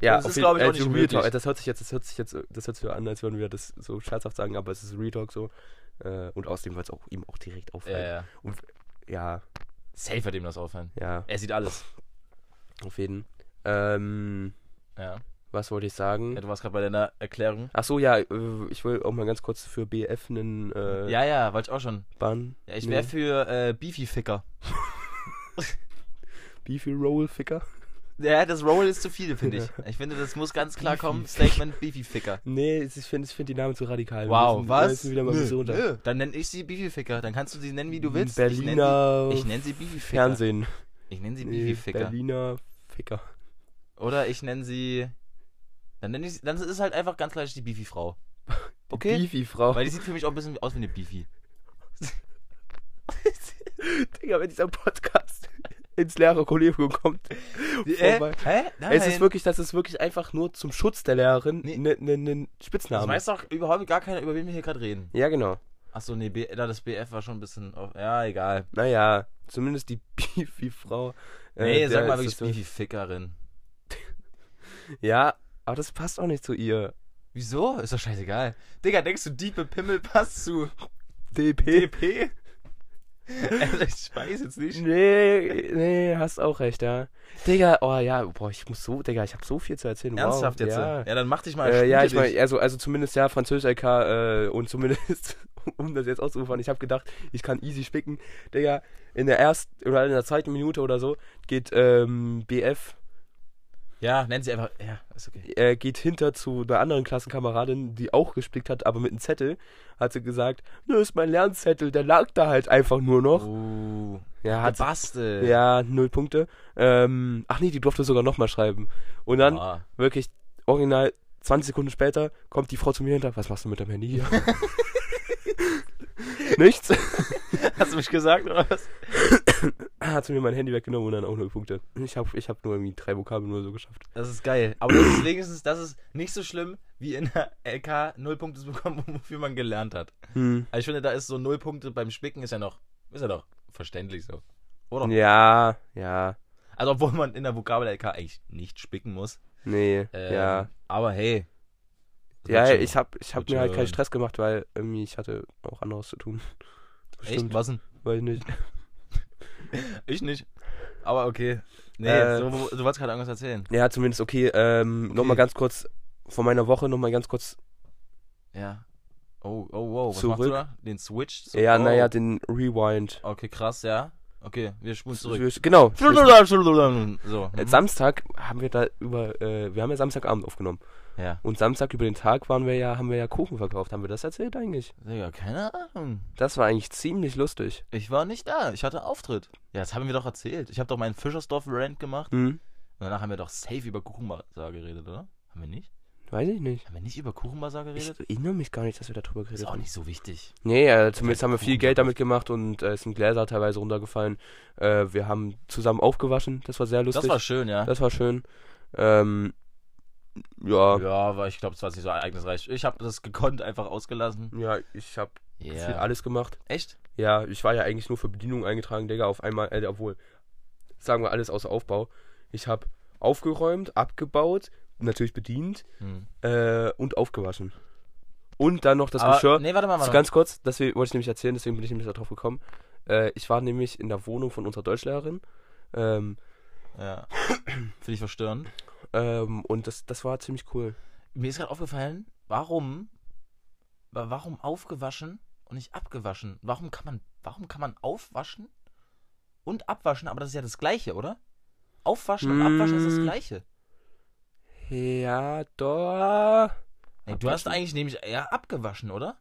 C: ja,
A: das
C: auf
A: ist,
C: jeden-
A: glaub ich,
C: äh,
A: auch nicht
C: so Real
A: möglich.
C: Talk, äh, das hört sich jetzt, das hört sich jetzt, äh, das hört sich so an, als würden wir das so scherzhaft sagen, aber es ist Real Talk so. Äh, und außerdem wird es auch ihm auch direkt
A: Ja,
C: auffallen.
A: ja.
C: Ja,
A: Safe wird ihm das auffallen.
C: ja,
A: Er sieht alles.
C: auf jeden. Ähm,
A: Ja.
C: was wollte ich sagen?
A: ja du warst gerade bei deiner Erklärung.
C: Ach so, ja, äh, ich will auch mal ganz kurz für BF einen äh,
A: Ja, ja, wollte ich auch schon.
C: Bahn.
A: Ja, ich
C: nee,
A: wäre für äh, Beefy-Ficker.
C: Beefy Roll Ficker.
A: Ja, das Roll ist zu viel, finde ich. Ich finde, das muss ganz klar kommen. Statement Beefy-Ficker.
C: Nee, ich finde ich find die Namen zu radikal. Wir
A: Wow,
C: müssen, Wir
A: was?
C: müssen wieder mal ein bisschen runter.
A: Dann nenne ich sie Beefy-Ficker. Dann kannst du sie nennen, wie du willst.
C: Berliner
A: Ich nenne sie, nenn sie Beefy-Ficker.
C: Fernsehen.
A: Ich nenne sie
C: Nee,
A: Beefy-Ficker.
C: Berliner Ficker.
A: Oder ich nenne sie. Dann, nenn ich, sie- dann ist es halt einfach ganz gleich die Beefy-Frau. Okay?
C: Beefy Frau.
A: Weil die sieht für mich auch ein bisschen aus wie eine Beefy.
C: Digga, wenn dieser Podcast ins leere Kollegium kommt. vorbei.
A: Hä? Äh? Nein.
C: Es ist wirklich, das ist wirklich einfach nur zum Schutz der Lehrerin
A: Nee.
C: einen ne, ne, ne
A: das
C: Spitzname.
A: weiß doch überhaupt gar keiner, über wen wir hier gerade reden.
C: Ja, genau.
A: Achso, nee, B, da das BF war schon ein bisschen. Auf, ja, egal.
C: Naja, zumindest die Beefy Frau. äh,
A: Nee,
C: der
A: sag mal
C: ist
A: wirklich
C: das-
A: Beefy-Fickerin.
C: Ja, aber das passt auch nicht zu ihr.
A: Wieso? Ist doch scheißegal. Digga, denkst du, Diepe Pimmel passt zu
C: DP.
A: DP? Also, ich weiß jetzt nicht.
C: Nee, nee, hast auch recht, ja. Digga, oh ja, boah, ich muss so, Digga, ich habe so viel zu erzählen.
A: Ernsthaft
C: wow,
A: jetzt?
C: Ja,
A: Ja. dann mach dich mal.
C: äh, ja
A: spiel
C: ich meine,
A: dich.
C: also, also zumindest ja, Französisch-LK äh, und zumindest, um das jetzt auszurufen, ich habe gedacht, ich kann easy spicken. Digga, in der ersten oder in der zweiten Minute oder so geht ähm, BF,
A: Ja, nenn sie einfach. Ja, ist okay.
C: äh, geht hinter zu einer anderen Klassenkameradin, die auch gespickt hat, aber mit einem Zettel, hat sie gesagt, nö, ist mein Lernzettel, der lag da halt einfach nur noch.
A: Oh,
C: ja, hat
A: gebastelt.
C: Ja, null Punkte. Ähm, ach nee, die durfte sogar nochmal schreiben. Und dann,
A: Ah.
C: wirklich, original, 20 Sekunden später, kommt die Frau zu mir hinter. Was machst du mit deinem Handy hier? Nichts.
A: Hast du mich gesagt, oder was?
C: hat sie mir mein Handy weggenommen und dann auch null Punkte. Ich habe ich hab nur irgendwie drei Vokabeln nur so geschafft.
A: Das ist geil. Aber das ist wenigstens, das ist nicht so schlimm, wie in der LK null Punkte zu bekommen, wofür man gelernt hat.
C: Hm.
A: Also ich finde, da ist so null Punkte beim Spicken ist ja noch, ist ja noch verständlich so. Oder?
C: Ja, ja,
A: Also obwohl man in der Vokabel-LK eigentlich nicht spicken muss.
C: nee,
A: Ähm,
C: ja.
A: Aber hey. das
C: Ja,
A: wird schon.
C: ich hab, ich hab
A: wird
C: mir
A: schon
C: halt keinen
A: werden.
C: Stress gemacht, weil irgendwie ich hatte auch anderes zu tun.
A: Echt? Was denn?
C: Weiß ich nicht.
A: Ich nicht. Aber okay. Nee,
C: Äh,
A: so, du wolltest gerade irgendwas erzählen.
C: Ja, zumindest okay. Ähm, noch Nochmal ganz kurz von meiner Woche, nochmal ganz kurz.
A: Ja. Oh, oh, wow. Was
C: Zurück.
A: machst du da? Den Switch? So-
C: ja,
A: oh.
C: naja, den Rewind.
A: Okay, krass, ja. Okay, wir spulen zurück.
C: Wir- Genau.
A: So. Mhm.
C: Äh, Samstag haben wir da über, äh, wir haben ja Samstagabend aufgenommen.
A: Ja.
C: Und Samstag über den Tag waren wir ja, haben wir ja Kuchen verkauft. Haben wir das erzählt eigentlich?
A: Digga, keine Ahnung.
C: Das war eigentlich ziemlich lustig.
A: Ich war nicht da. Ich hatte Auftritt. Ja, das haben wir doch erzählt. Ich habe doch meinen Fischersdorf-Rant gemacht.
C: Hm?
A: Und danach haben wir doch safe über Kuchenbazar geredet, oder? Haben wir nicht?
C: Weiß ich nicht.
A: Haben wir nicht über Kuchenbazar
C: Ich
A: geredet?
C: erinnere mich gar nicht, dass wir darüber
A: Ist
C: geredet
A: auch
C: haben.
A: nicht so wichtig.
C: Nee, äh, zumindest haben wir viel
A: Kuchen
C: Geld damit gemacht und äh, es sind Gläser teilweise runtergefallen. Äh, wir haben zusammen aufgewaschen, das war sehr lustig.
A: Das war schön, ja.
C: Das war schön. Ähm, ja. ja.
A: Ja, aber ich glaube, es war nicht so ereignisreich. Ich habe das gekonnt einfach ausgelassen.
C: ich habe
A: Ja.
C: viel alles gemacht.
A: Echt?
C: Ja, ich war ja eigentlich nur für Bedienung eingetragen, Digga, auf einmal, äh, obwohl, sagen wir alles außer Aufbau. Ich habe aufgeräumt, abgebaut, natürlich bedient
A: Hm.
C: äh, und aufgewaschen. Und dann noch das
A: Aber-
C: Geschirr.
A: Nee, warte mal, warte mal.
C: Das ist Also ganz kurz, das will- wollte ich nämlich erzählen, deswegen bin ich nämlich darauf gekommen. Äh, ich war nämlich in der Wohnung von unserer Deutschlehrerin. Ähm,
A: Ja. Finde ich verstörend.
C: ähm, und das, das war ziemlich cool.
A: Mir ist gerade aufgefallen, warum, wa- warum aufgewaschen und nicht abgewaschen? Warum kann man, warum kann man aufwaschen und abwaschen? Aber das ist ja das Gleiche, oder? Aufwaschen und abwaschen ist das
C: Mm.
A: Gleiche.
C: Ja, doch.
A: Ey, du hast
C: Abwaschen.
A: eigentlich nämlich eher abgewaschen, oder?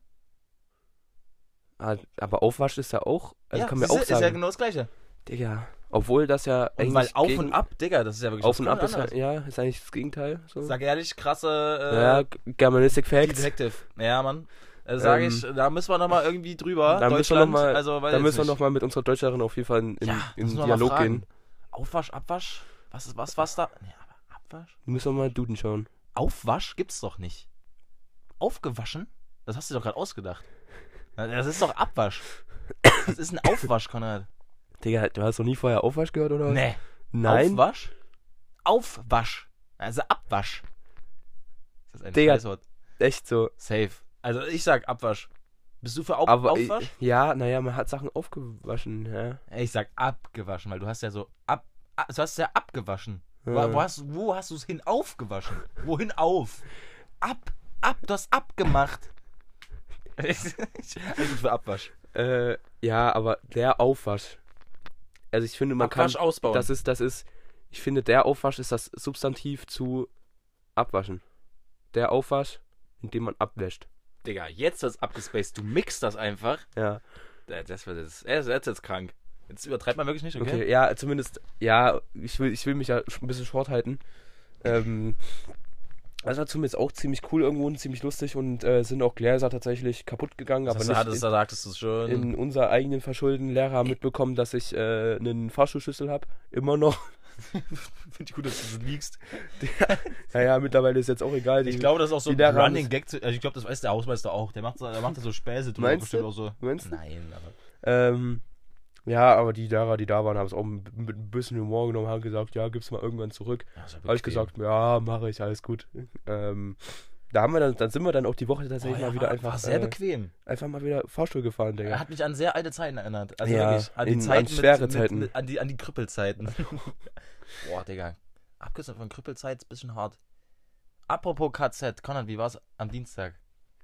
C: Ah, Aber Aufwaschen ist ja auch. Also kann man
A: siehste,
C: auch
A: ist ja
C: sagen.
A: genau das Gleiche.
C: Digga. Obwohl das ja.
A: Und weil
C: eigentlich
A: auf
C: gegen-
A: und ab, Digga, das ist ja wirklich
C: Auf
A: was
C: und ab
A: komplett
C: ist ja,
A: anderes.
C: ja, ist eigentlich das Gegenteil. So.
A: Sag äh, ehrlich, krasse
C: ja, G- Germanistic
A: äh,
C: Facts.
A: Detective. Ja, Mann. Äh, sag
C: Ähm,
A: ich, da müssen wir nochmal irgendwie drüber.
C: da müssen wir
A: Deutschland,
C: noch mal-
A: also, weiß
C: Da
A: jetzt
C: müssen wir
A: nicht.
C: nochmal mit unserer Deutschlehrerin auf jeden Fall in, in,
A: ja,
C: in
A: müssen wir mal
C: Dialog
A: fragen.
C: gehen.
A: Aufwasch, Abwasch? Was ist was, was da? Nee, aber Abwasch?
C: Müssen wir mal Duden schauen.
A: Aufwasch gibt's doch nicht. Aufgewaschen? Das hast du doch gerade ausgedacht. Na, Das ist doch Abwasch. Das ist ein Aufwasch, Konrad.
C: Digga, du hast noch nie vorher Aufwasch gehört, oder?
A: Nee.
C: Nein.
A: Aufwasch? Aufwasch. Also Abwasch. Das ist ein
C: Digga.
A: Scheißwort.
C: Echt so.
A: Safe. Also ich sag Abwasch. Bist du für Au
C: Aber äh,
A: Aufwasch?
C: ja, naja, man hat Sachen aufgewaschen, ja.
A: Ich, sag abgewaschen, weil du hast ja so ab, ab du hast ja abgewaschen.
C: Ja.
A: Wo, wo hast, wo hast du es hin aufgewaschen? Wohin auf? Ab, ab, du hast abgemacht. also für Abwasch.
C: Äh, ja, aber der Aufwasch. Also ich finde, man
A: Abwasch
C: kann.
A: ausbauen.
C: Das ist, das ist. Ich finde, der Aufwasch ist das Substantiv zu abwaschen. Der Aufwasch, in dem man abwäscht.
A: Digga, jetzt wird's abgespaced. Du mixt das einfach.
C: Ja.
A: Äh, Das wird jetzt, äh, das ist jetzt krank. Jetzt übertreibt man wirklich nicht,
C: Okay,
A: okay?
C: ja, zumindest, ja, ich will, ich will mich ja sch- ein bisschen short halten. Ähm, das war zumindest auch ziemlich cool irgendwo und ziemlich lustig und äh, sind auch Gläser tatsächlich kaputt gegangen,
A: Das
C: aber
A: hast du-
C: nicht
A: hattest- da sagtest du es schon.
C: in unser eigenen Verschulden Lehrer haben mitbekommen, dass ich äh, einen Fahrstuhlschlüssel habe. Immer noch.
A: Finde ich gut, dass du das liegst.
C: Naja, mittlerweile ist jetzt auch egal.
A: Ich glaube, das ist auch so
C: die
A: ein
C: Lehrer haben
A: Running
C: es-
A: Gag. Zu, also ich glaube, das weiß der Hausmeister auch. Der macht, so- der macht da so Späße drüber.
C: Meinst
A: bestimmt
C: du?
A: Auch so.
C: Meinst du?
A: Nein, aber.
C: Ähm, ja, aber die Lehrer, die da waren, haben es auch mit mit ein bisschen Humor genommen, haben gesagt, ja, gib's mal irgendwann zurück.
A: Ja, ist ja
C: Habe ich
A: Also wirklich
C: gesagt, ja, mache ich, alles gut. Ähm, da haben wir dann, dann sind wir dann auch die Woche
A: Oh,
C: tatsächlich
A: ja,
C: mal wieder
A: war,
C: einfach,
A: war sehr
C: äh,
A: bequem.
C: einfach mal wieder Fahrstuhl gefahren, Digga.
A: Er hat mich an sehr alte Zeiten erinnert. Also
C: Ja,
A: wirklich, an die
C: in- an
A: Zeiten.
C: schwere
A: mit,
C: Zeiten.
A: Mit, mit, an, die, an die Krüppelzeiten. Boah, Digga. Abgesehen von Krüppelzeit ist ein bisschen hart. Apropos KZ, Konrad, wie war's am Dienstag?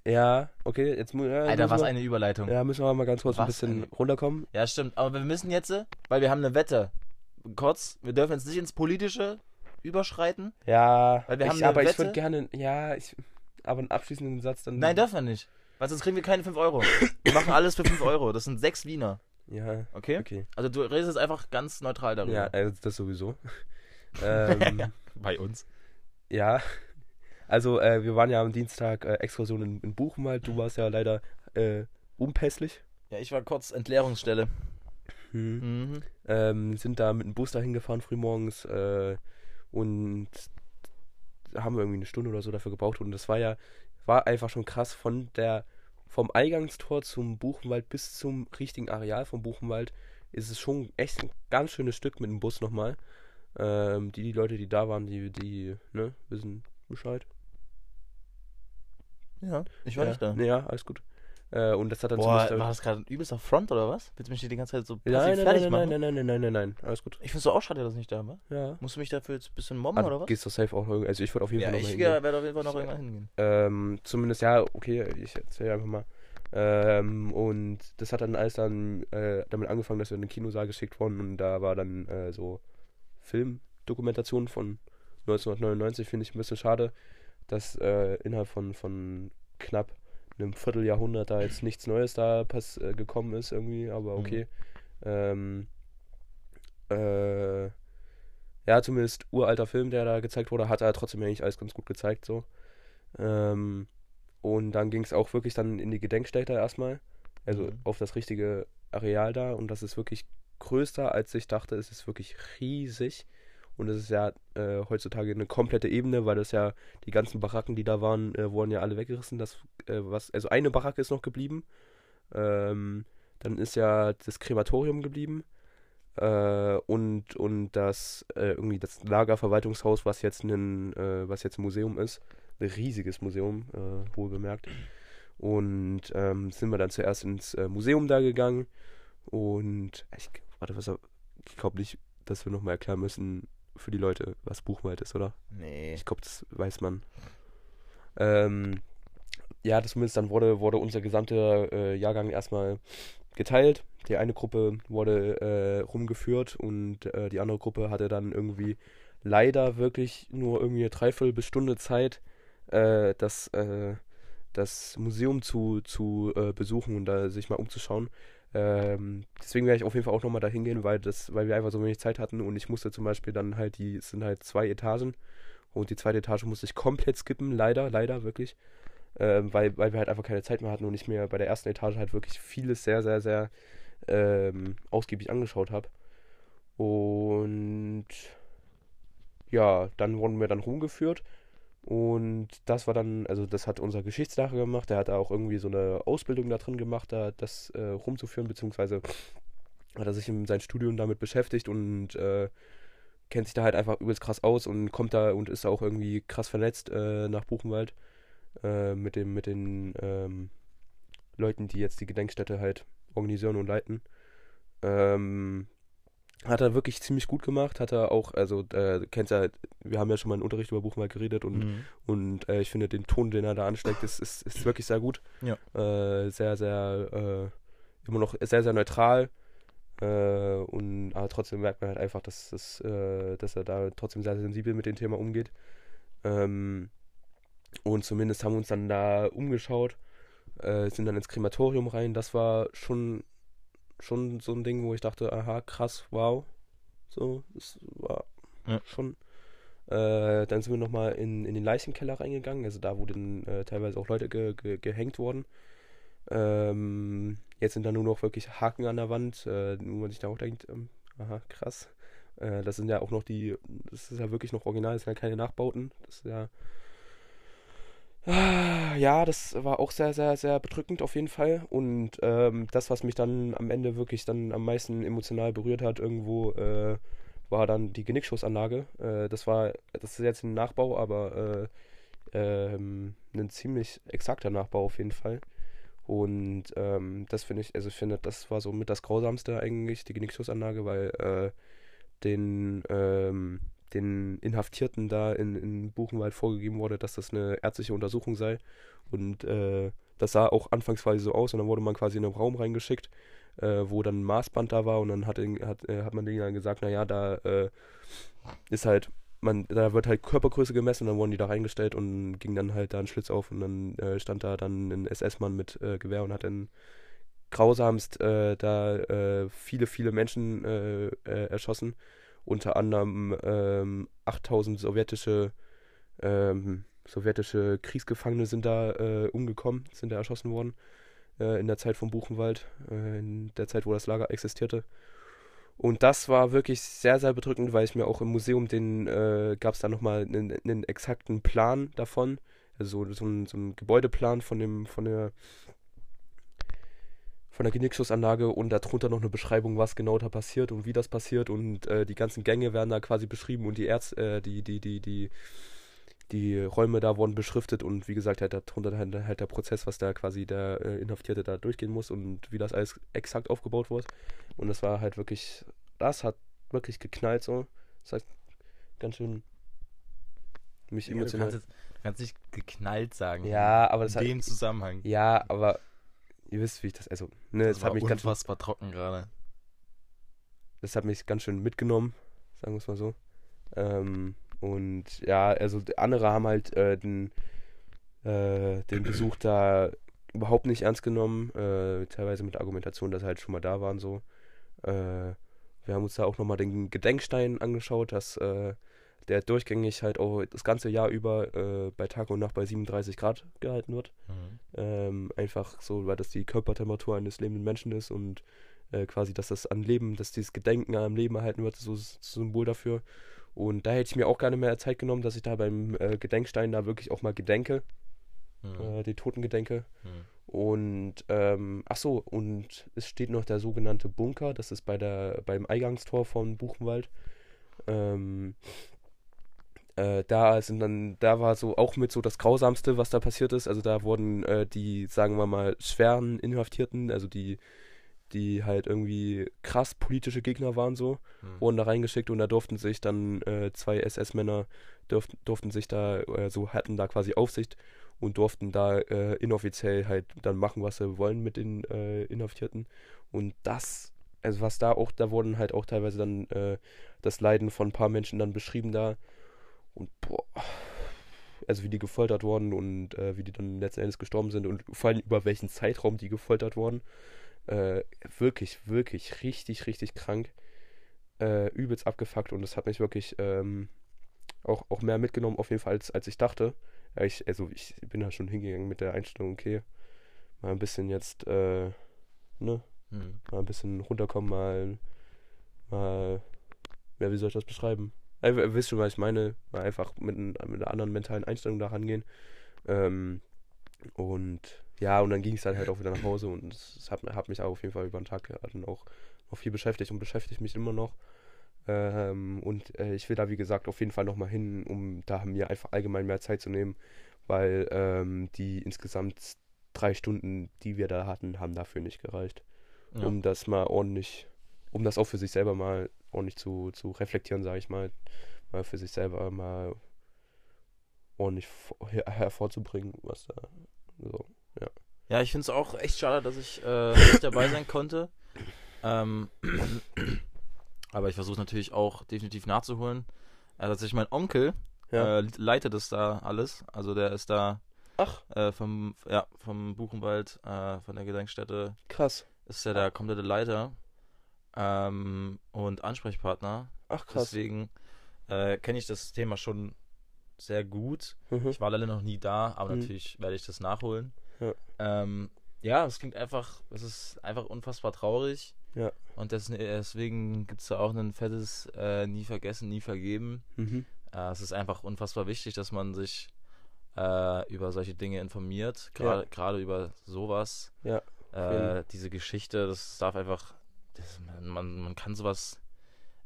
C: Ja, okay, jetzt mu- ja,
A: Alter, was
C: müssen
A: eine Überleitung.
C: wir, Äh, ja, müssen wir mal ganz kurz ein
A: Was
C: bisschen
A: eine-
C: runterkommen.
A: Ja, stimmt. Aber wir müssen jetzt, weil wir haben eine Wette. Kurz, wir dürfen jetzt nicht ins Politische überschreiten.
C: Ja,
A: Weil wir
C: ich,
A: haben eine
C: aber ich
A: Wette.
C: würde gerne, ja, ich, aber einen abschließenden Satz dann.
A: Nein, dürfen wir nicht. Weil sonst kriegen wir keine 5 Euro. Wir machen alles für 5 Euro. Das sind 6 Wiener.
C: Ja,
A: Okay?
C: okay.
A: Also du redest jetzt einfach ganz neutral darüber.
C: Ja, also das sowieso. ähm,
A: Bei uns.
C: Ja, also äh, wir waren ja am Dienstag äh, Exkursion in, in Buchenwald. Du warst ja leider äh, unpässlich.
A: Ja, ich war kurz Entleerungsstelle.
C: Mhm.
A: Mhm.
C: ähm, sind da mit dem Bus dahin gefahren frühmorgens äh, und haben irgendwie eine Stunde oder so dafür gebraucht und das war ja war einfach schon krass von der vom Eingangstor zum Buchenwald bis zum richtigen Areal vom Buchenwald ist es schon echt ein ganz schönes Stück mit dem Bus nochmal. Ähm, die, die Leute, die da waren, die, die, ne, wissen Bescheid.
A: Ja, ich war
C: ja.
A: nicht da.
C: Ja, alles gut. Äh, und das hat dann
A: Boah,
C: zumindest-
A: war das gerade ein übelster Front oder was? Willst du mich hier die ganze Zeit so
C: Nein,
A: passiv
C: nein,
A: fertig
C: nein,
A: machen?
C: nein, nein, nein, nein, nein, nein, nein, alles gut.
A: Ich find's so auch schade, dass ich nicht da war.
C: Ja.
A: Musst du mich dafür jetzt ein bisschen mobben
C: Aber
A: oder
C: du
A: was?
C: gehst doch safe auch irgendwie. Also ich würde auf jeden
A: Ja,
C: Fall nochmal
A: ich
C: hingehen.
A: ja, werde auf jeden Fall noch
C: Ich-
A: irgendwann hingehen.
C: Ähm, zumindest, ja, okay, ich erzähle einfach mal. Ähm, und das hat dann alles dann äh, damit angefangen, dass wir in den Kinosaal geschickt wurden und da war dann äh, so Filmdokumentation von 1999, finde ich ein bisschen schade, dass äh, innerhalb von, von knapp einem Vierteljahrhundert da jetzt nichts Neues da pass, äh, gekommen ist irgendwie, aber
A: Mhm.
C: okay. Ähm, äh, ja, zumindest uralter Film, der da gezeigt wurde, hat er trotzdem eigentlich alles ganz gut gezeigt, so. Ähm, und dann ging es auch wirklich dann in die Gedenkstätte erstmal, also
A: Mhm.
C: auf das richtige Areal da und das ist wirklich größer, als ich dachte. Es ist wirklich riesig und es ist ja äh, heutzutage eine komplette Ebene, weil das ja die ganzen Baracken, die da waren, äh, wurden ja alle weggerissen. Das, äh, was, also eine Baracke ist noch geblieben. Ähm, dann ist ja das Krematorium geblieben. Äh, und, und das äh, irgendwie das Lagerverwaltungshaus, was jetzt ein, äh, was jetzt ein Museum ist, ein riesiges Museum, äh, wohl bemerkt. Und ähm, sind wir dann zuerst ins äh, Museum da gegangen und ich, warte, was, ich glaube nicht, dass wir nochmal erklären müssen für die Leute, was Buchwald ist, oder?
A: Nee.
C: Ich glaube, das weiß man. Ähm, ja, das zumindest dann wurde, wurde unser gesamter äh, Jahrgang erstmal geteilt. Die eine Gruppe wurde äh, rumgeführt und äh, die andere Gruppe hatte dann irgendwie leider wirklich nur irgendwie eine Dreiviertel bis Stunde Zeit, äh, das, äh, das Museum zu, zu äh, besuchen und da sich mal umzuschauen. Ähm, deswegen werde ich auf jeden Fall auch nochmal da hingehen, weil, das, weil wir einfach so wenig Zeit hatten und ich musste zum Beispiel dann halt, die es sind halt zwei Etagen und die zweite Etage musste ich komplett skippen, leider, leider, wirklich. Ähm, weil, weil wir halt einfach keine Zeit mehr hatten und ich mir bei der ersten Etage halt wirklich vieles sehr, sehr, sehr ähm, ausgiebig angeschaut habe. Und ja, dann wurden wir dann rumgeführt und das war dann, also das hat unser Geschichtslehrer gemacht, der hat da auch irgendwie so eine Ausbildung da drin gemacht, da das äh, rumzuführen, beziehungsweise hat er sich in seinem Studium damit beschäftigt und äh, kennt sich da halt einfach übelst krass aus und kommt da und ist da auch irgendwie krass vernetzt äh, nach Buchenwald äh, mit dem mit den ähm, Leuten, die jetzt die Gedenkstätte halt organisieren und leiten. Ähm, hat er wirklich ziemlich gut gemacht, hat er auch, also äh, kennt ja, wir haben ja schon mal einen Unterricht über Buchenwald geredet und
A: Mhm.
C: und äh, ich finde, den Ton, den er da ansteckt, ist, ist, ist wirklich sehr gut.
A: Ja.
C: Äh, sehr, sehr, äh, immer noch sehr, sehr neutral. Äh, und, aber trotzdem merkt man halt einfach, dass, dass, äh, dass er da trotzdem sehr sensibel mit dem Thema umgeht. Ähm, und zumindest haben wir uns dann da umgeschaut, äh, sind dann ins Krematorium rein. Das war schon, schon so ein Ding, wo ich dachte, aha, krass, wow. So, es war
A: Ja.
C: schon äh, dann sind wir nochmal in, in den Leichenkeller reingegangen, also da, wo dann äh, teilweise auch Leute ge, ge, gehängt wurden. Ähm, jetzt sind da nur noch wirklich Haken an der Wand, äh, wo man sich da auch denkt, ähm, aha, krass. Äh, das sind ja auch noch die, das ist ja wirklich noch original, das sind ja keine Nachbauten. Das ist ja. Ah, Ja, das war auch sehr, sehr, sehr bedrückend auf jeden Fall. Und ähm, das, was mich dann am Ende wirklich dann am meisten emotional berührt hat, irgendwo, äh, war dann die Genickschussanlage. Äh, das war, das ist jetzt ein Nachbau, aber äh, ähm, ein ziemlich exakter Nachbau auf jeden Fall. Und ähm, das finde ich, also ich finde, das war so mit das Grausamste eigentlich, die Genickschussanlage, weil äh, den, ähm, den Inhaftierten da in, in Buchenwald vorgegeben wurde, dass das eine ärztliche Untersuchung sei. Und äh, das sah auch anfangsweise so aus und dann wurde man quasi in einen Raum reingeschickt äh, wo dann ein Maßband da war und dann hat, den- hat, äh, hat man denen dann gesagt, naja, da äh, ist halt, man, da wird halt Körpergröße gemessen und dann wurden die da reingestellt und ging dann halt da ein Schlitz auf und dann äh, stand da dann ein SS-Mann mit äh, Gewehr und hat dann grausamst äh, da äh, viele, viele Menschen äh, äh, erschossen. Unter anderem ähm, 8000 sowjetische, ähm, sowjetische Kriegsgefangene sind da äh, umgekommen, sind da erschossen worden äh, in der Zeit vom Buchenwald, äh, in der Zeit, wo das Lager existierte. Und das war wirklich sehr, sehr bedrückend, weil ich mir auch im Museum den, äh, gab es da nochmal einen, einen exakten Plan davon. Also so, so, einen, so einen Gebäudeplan von dem, von der von der Genickschussanlage und darunter noch eine Beschreibung, was genau da passiert und wie das passiert und äh, die ganzen Gänge werden da quasi beschrieben und die Erz, äh, die, die, die, die, die Räume da wurden beschriftet und wie gesagt halt darunter halt, halt der Prozess, was da quasi der äh, Inhaftierte da durchgehen muss und wie das alles exakt aufgebaut wurde. Und das war halt wirklich, das hat wirklich geknallt so. Das hat ganz schön mich
A: Ja, du kannst,
C: emotional.
A: jetzt, du kannst nicht geknallt sagen.
C: Ja, aber
A: in
C: das hat,
A: dem Zusammenhang.
C: ja, aber ihr wisst, wie ich das, also, ne, das,
A: das
C: hat
A: war
C: mich ganz schön
A: unfassbar trocken gerade.
C: das hat mich ganz schön mitgenommen, sagen wir es mal so. Ähm, und ja, also d- andere haben halt äh, den, äh, den Besuch da überhaupt nicht ernst genommen, äh, teilweise mit der Argumentation, dass sie halt schon mal da waren so. Äh, wir haben uns da auch nochmal den Gedenkstein angeschaut, dass äh, der durchgängig halt auch das ganze Jahr über äh, bei Tag und Nacht bei 37 Grad gehalten wird.
A: Mhm.
C: Ähm, einfach so, weil das die Körpertemperatur eines lebenden Menschen ist und äh, quasi, dass das an Leben, dass dieses Gedenken am Leben erhalten wird, so ist das Symbol dafür. Und da hätte ich mir auch gerne mehr Zeit genommen, dass ich da beim äh, Gedenkstein da wirklich auch mal gedenke,
A: Mhm.
C: äh, die Toten gedenke.
A: Mhm.
C: Und ähm, ach so, und es steht noch der sogenannte Bunker, das ist bei der, beim Eingangstor von Buchenwald. Ähm, äh, da sind dann, da war so auch mit so das Grausamste, was da passiert ist. Also da wurden äh, die, sagen wir mal, schweren Inhaftierten, also die, die halt irgendwie krass politische Gegner waren so,
A: Mhm.
C: wurden da reingeschickt und da durften sich dann äh, zwei SS-Männer durften, durften sich da, äh, so hatten da quasi Aufsicht und durften da äh, inoffiziell halt dann machen, was sie wollen mit den äh, Inhaftierten. Und das, also was da auch, da wurden halt auch teilweise dann äh, das Leiden von ein paar Menschen dann beschrieben da. Und boah, also wie die gefoltert wurden und äh, wie die dann letzten Endes gestorben sind und vor allem über welchen Zeitraum die gefoltert wurden. Äh, wirklich, wirklich, richtig, richtig krank. Äh, übelst abgefuckt und das hat mich wirklich ähm, auch, auch mehr mitgenommen, auf jeden Fall, als, als ich dachte. Ja, ich, also ich bin da schon hingegangen mit der Einstellung, okay, mal ein bisschen jetzt, äh, ne,
A: Mhm.
C: mal ein bisschen runterkommen, mal, mal, ja, wie soll ich das beschreiben? Also, ihr wisst schon, was ich meine, mal einfach mit, n- mit einer anderen mentalen Einstellung da rangehen. Ähm, und ja, und dann ging es dann halt auch wieder nach Hause und es es hat, hat mich auch auf jeden Fall über den Tag geraten, auch noch viel beschäftigt und beschäftigt mich immer noch. Ähm, und äh, ich will da, wie gesagt, auf jeden Fall nochmal hin, um da mir einfach allgemein mehr Zeit zu nehmen, weil ähm, die insgesamt drei Stunden, die wir da hatten, haben dafür nicht gereicht
A: Ja.
C: um das mal ordentlich, um das auch für sich selber mal ordentlich zu, zu reflektieren, sage ich mal, mal für sich selber mal ordentlich vor- her hervorzubringen, was da so.
A: Ja, ich finde es auch echt schade, dass ich äh, nicht dabei sein konnte. Ähm, aber ich versuche natürlich auch definitiv nachzuholen. Äh, tatsächlich mein Onkel
C: Ja.
A: äh, leitet das da alles. Also der ist da
C: Ach,
A: äh, vom, ja, vom Buchenwald, äh, von der Gedenkstätte,
C: krass.
A: ist ja der komplette Leiter ähm, und Ansprechpartner.
C: Ach, krass.
A: Deswegen äh, kenne ich das Thema schon sehr gut.
C: Mhm.
A: Ich war leider noch nie da, aber
C: Mhm.
A: natürlich werde ich das nachholen.
C: Ja.
A: Ähm, ja, es klingt einfach, es ist einfach unfassbar traurig.
C: Ja.
A: Und des- deswegen gibt es da auch ein fettes äh, Nie vergessen, nie vergeben.
C: Mhm.
A: Äh, es ist einfach unfassbar wichtig, dass man sich äh, über solche Dinge informiert, gerade gerade über sowas.
C: Ja,
A: Äh, diese Geschichte, das darf einfach, das, man, man kann sowas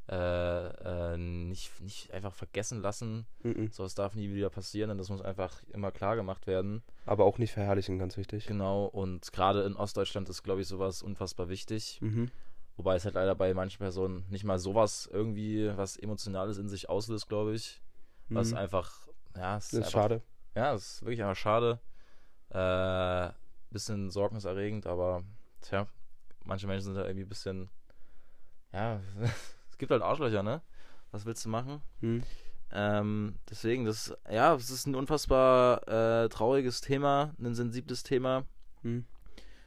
A: äh, äh, nicht, nicht einfach vergessen lassen.
C: Mhm.
A: So, es darf nie wieder passieren und das muss einfach immer klar gemacht werden.
C: Aber auch nicht verherrlichen, ganz wichtig.
A: Genau, und gerade in Ostdeutschland ist, glaube ich, sowas unfassbar wichtig.
C: Mhm.
A: Wobei es halt leider bei manchen Personen nicht mal sowas irgendwie, was Emotionales in sich auslöst, glaube ich. Was
C: Mhm.
A: einfach, ja, es ist,
C: das ist
A: einfach,
C: schade.
A: Ja, es ist wirklich einfach schade. Äh, bisschen sorgniserregend, aber tja, manche Menschen sind da irgendwie ein bisschen, ja, es gibt halt Arschlöcher, ne? Was willst du machen?
C: Mhm.
A: Ähm, deswegen, das, ja, es ist ein unfassbar äh, trauriges Thema, ein sensibles Thema.
C: Mhm.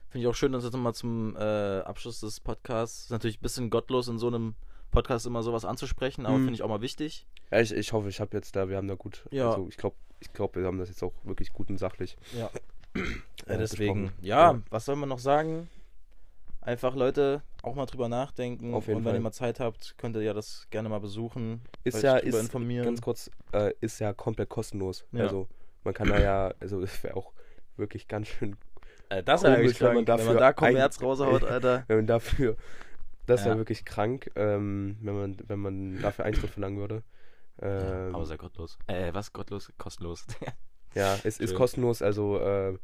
A: Finde ich auch schön, dass wir jetzt nochmal zum äh, Abschluss des Podcasts. Ist natürlich ein bisschen gottlos, in so einem Podcast immer sowas anzusprechen, aber
C: Mhm.
A: finde ich auch mal wichtig.
C: Ja, ich, ich hoffe, ich habe jetzt da, wir haben da gut,
A: Ja.
C: also ich glaube, ich glaube, wir haben das jetzt auch wirklich gut und sachlich.
A: Ja.
C: äh,
A: deswegen,
C: besprochen.
A: ja, was soll man noch sagen? Einfach, Leute, auch mal drüber nachdenken.
C: Auf jeden
A: Und wenn
C: Fall.
A: ihr mal Zeit habt, könnt ihr ja das gerne mal besuchen.
C: Ist
A: euch
C: ja,
A: drüber
C: ist,
A: informieren.
C: ganz kurz, äh, ist ja komplett kostenlos.
A: Ja.
C: Also man kann da ja, also es wäre auch wirklich ganz schön,
A: Äh, das
C: Komisch,
A: eigentlich
C: wenn man
A: krank, wenn
C: dafür
A: man da
C: ein-
A: Kommerz raushaut, Alter.
C: wenn man dafür, das
A: Ja.
C: wäre wirklich krank, ähm, wenn man, wenn man dafür Eintritt verlangen würde. Ähm,
A: Aber sehr gottlos. Äh, was gottlos? Kostenlos.
C: Ja, es ist
A: Schön.
C: kostenlos, also äh,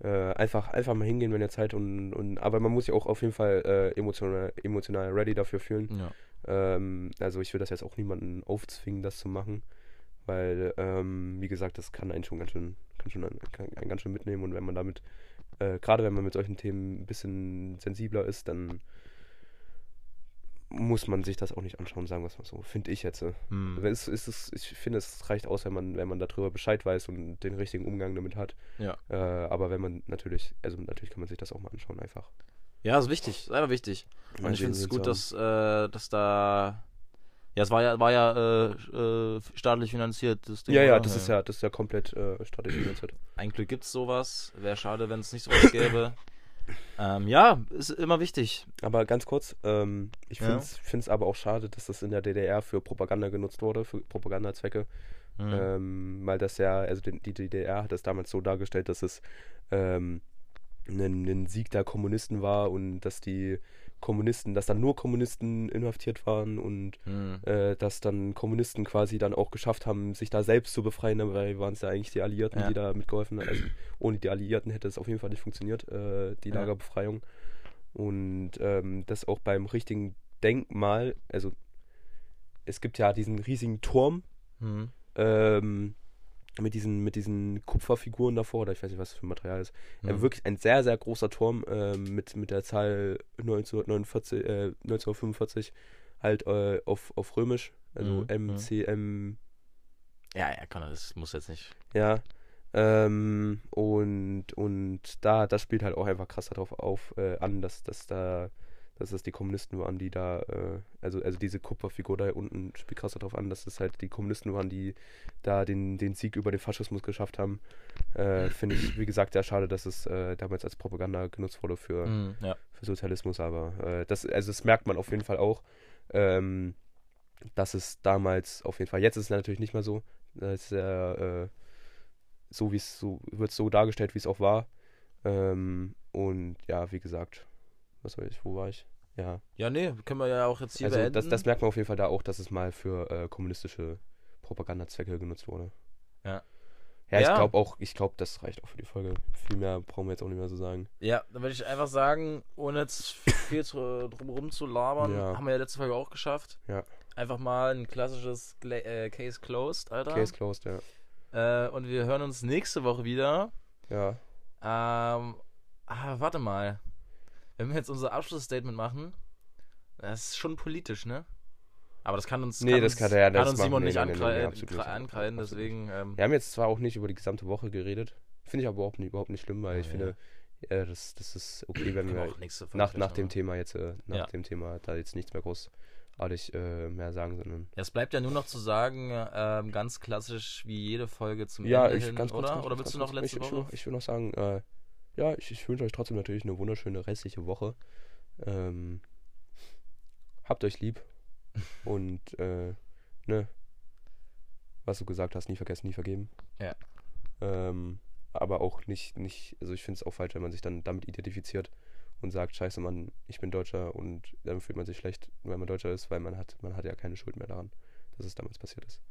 C: äh, einfach, einfach mal hingehen, wenn ihr Zeit und, und aber man muss sich auch auf jeden Fall äh, emotional, emotional ready dafür fühlen.
A: ja.
C: Ähm, also ich würde das jetzt auch niemanden aufzwingen, das zu machen, weil, ähm, wie gesagt, das kann einen schon ganz schön, kann schon einen, kann einen ganz schön mitnehmen und wenn man damit, äh, gerade wenn man mit solchen Themen ein bisschen sensibler ist, dann muss man sich das auch nicht anschauen, sagen wir es mal so, finde ich jetzt. äh.
A: Hm.
C: Aber Es, es ist, ich finde, es reicht aus, wenn man, wenn man darüber Bescheid weiß und den richtigen Umgang damit hat.
A: Ja.
C: Äh, aber wenn man natürlich, also natürlich kann man sich das auch mal anschauen, einfach.
A: ja, ist wichtig. Ist einfach wichtig. Und ich finde es gut, dass, äh, dass da. Ja, es war ja, war ja äh, sch- äh, staatlich finanziert. Das Ding,
C: Ja, ja,
A: oder?
C: das ist ja, das ist ja komplett äh, strategiefinanciert.
A: Ein Glück gibt's sowas. Wäre schade, wenn es nicht sowas gäbe. ähm, ja, ist immer wichtig.
C: Aber ganz kurz, ähm, ich
A: Ja.
C: finde es aber auch schade, dass das in der DDR für Propaganda genutzt wurde, für Propagandazwecke.
A: Hm.
C: Ähm, weil das ja, also den- die DDR hat das damals so dargestellt, dass es ähm, ein, ein Sieg der Kommunisten war und dass die Kommunisten, dass dann nur Kommunisten inhaftiert waren und
A: Hm.
C: äh, dass dann Kommunisten quasi dann auch geschafft haben, sich da selbst zu befreien, ne? weil waren es ja eigentlich die Alliierten,
A: Ja.
C: die da mitgeholfen haben. Also ohne die Alliierten hätte es auf jeden Fall nicht funktioniert, äh, die
A: Ja.
C: Lagerbefreiung. Und ähm, das auch beim richtigen Denkmal, also es gibt ja diesen riesigen Turm
A: Hm.
C: ähm, mit, diesen, mit diesen Kupferfiguren davor, oder ich weiß nicht, was das für ein Material ist. Äh,
A: Hm.
C: wirklich ein sehr, sehr großer Turm ähm, mit, mit der Zahl 1949, äh, 1945 halt äh, auf, auf Römisch, also
A: Mhm,
C: M,
A: mhm.
C: C, M,
A: Ja, ja, Connor, das muss jetzt nicht.
C: ja. Ähm, und, und da, das spielt halt auch einfach krass darauf auf, äh, an, dass, dass da, dass das die Kommunisten waren, die da, äh, also, also diese Kupferfigur da unten spielt krass darauf an, dass das halt die Kommunisten waren, die da den, den Sieg über den Faschismus geschafft haben. Äh, finde ich, wie gesagt, sehr schade, dass es äh, damals als Propaganda genutzt wurde für,
A: Hm. Ja.
C: für Sozialismus, aber äh, das, also das merkt man auf jeden Fall auch, ähm, dass es damals auf jeden Fall, jetzt ist es natürlich nicht mehr so, das ist ja, äh, so wie es so, wird so dargestellt, wie es auch war. Ähm, und ja, wie gesagt, was weiß ich, wo war ich? Ja,
A: ja, nee, können wir ja auch jetzt hier
C: also
A: beenden.
C: das, das merkt man auf jeden Fall da auch, dass es mal für äh, kommunistische Propagandazwecke genutzt wurde.
A: Ja.
C: Ja, ich
A: Ja.
C: glaube auch, ich glaube, das reicht auch für die Folge. Viel mehr brauchen wir jetzt auch nicht mehr so sagen.
A: Ja, dann würde ich einfach sagen, ohne jetzt viel zu, drum rum zu labern,
C: Ja.
A: haben wir ja letzte Folge auch geschafft.
C: Ja.
A: Einfach mal ein klassisches Gla äh, Case Closed, Alter.
C: Case closed, ja.
A: Äh, und wir hören uns nächste Woche wieder.
C: Ja.
A: Ähm, ah, warte mal. Wenn wir jetzt unser Abschlussstatement machen, das ist schon politisch, ne? Aber das kann uns,
C: Nee,
A: kann
C: das
A: uns,
C: kann- ja, das
A: kann uns
C: machen-
A: Simon
C: nee,
A: nicht
C: nee, nee, nee,
A: ankreiden,
C: absolut nicht.
A: ankreiden
C: Absolut
A: deswegen. Ähm,
C: Wir haben jetzt zwar auch nicht über die gesamte Woche geredet, finde ich aber überhaupt nicht, überhaupt nicht schlimm, weil ich
A: Ah, Ja. Genau.
C: finde, äh, das, das ist okay, wenn
A: können wir
C: wir
A: auch nächste Folge
C: nach,
A: vielleicht
C: nach dem
A: nochmal.
C: Thema jetzt, äh, nach
A: Ja.
C: dem Thema da jetzt nichts mehr großartig äh, mehr sagen, sondern
A: Ja, es bleibt ja nur noch zu sagen, ähm, ganz klassisch wie jede Folge zum
C: ja,
A: Ende
C: ich
A: hin,
C: ganz kurz,
A: oder?
C: ganz
A: oder
C: kurz,
A: willst
C: ganz
A: du noch
C: kurz.
A: letzte
C: ich,
A: Woche?
C: Ich, ich will noch sagen, äh, ja, ich, ich wünsche euch trotzdem natürlich eine wunderschöne restliche Woche. Ähm, habt euch lieb und äh, ne, was du gesagt hast, nie vergessen, nie vergeben.
A: Ja.
C: Ähm, aber auch nicht, nicht, also ich finde es auch falsch, wenn man sich dann damit identifiziert und sagt, scheiße Mann, ich bin Deutscher und dann fühlt man sich schlecht, weil man Deutscher ist, weil man hat, man hat ja keine Schuld mehr daran, dass es damals passiert ist.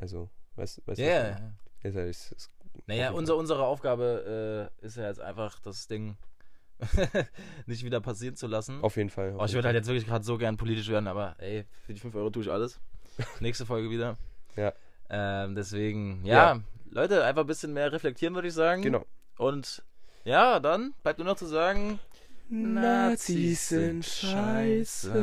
C: Also, weißt du, weißt du, was ich
A: Ja,
C: meine?
A: ja. ja.
C: Ist ja, ist, ist,
A: Naja,
C: jeden
A: unser, unsere Aufgabe äh, ist ja jetzt einfach, das Ding nicht wieder passieren zu lassen.
C: auf jeden Fall. Auf
A: Oh, ich
C: jeden
A: würde halt jetzt wirklich gerade so gern politisch werden, aber ey, für die 5 Euro tue ich alles. Nächste Folge wieder.
C: Ja.
A: Ähm, deswegen, ja,
C: Ja.
A: Leute, einfach ein bisschen mehr reflektieren, würde ich sagen.
C: Genau.
A: Und ja, dann bleibt nur noch zu sagen. Nazis sind scheiße.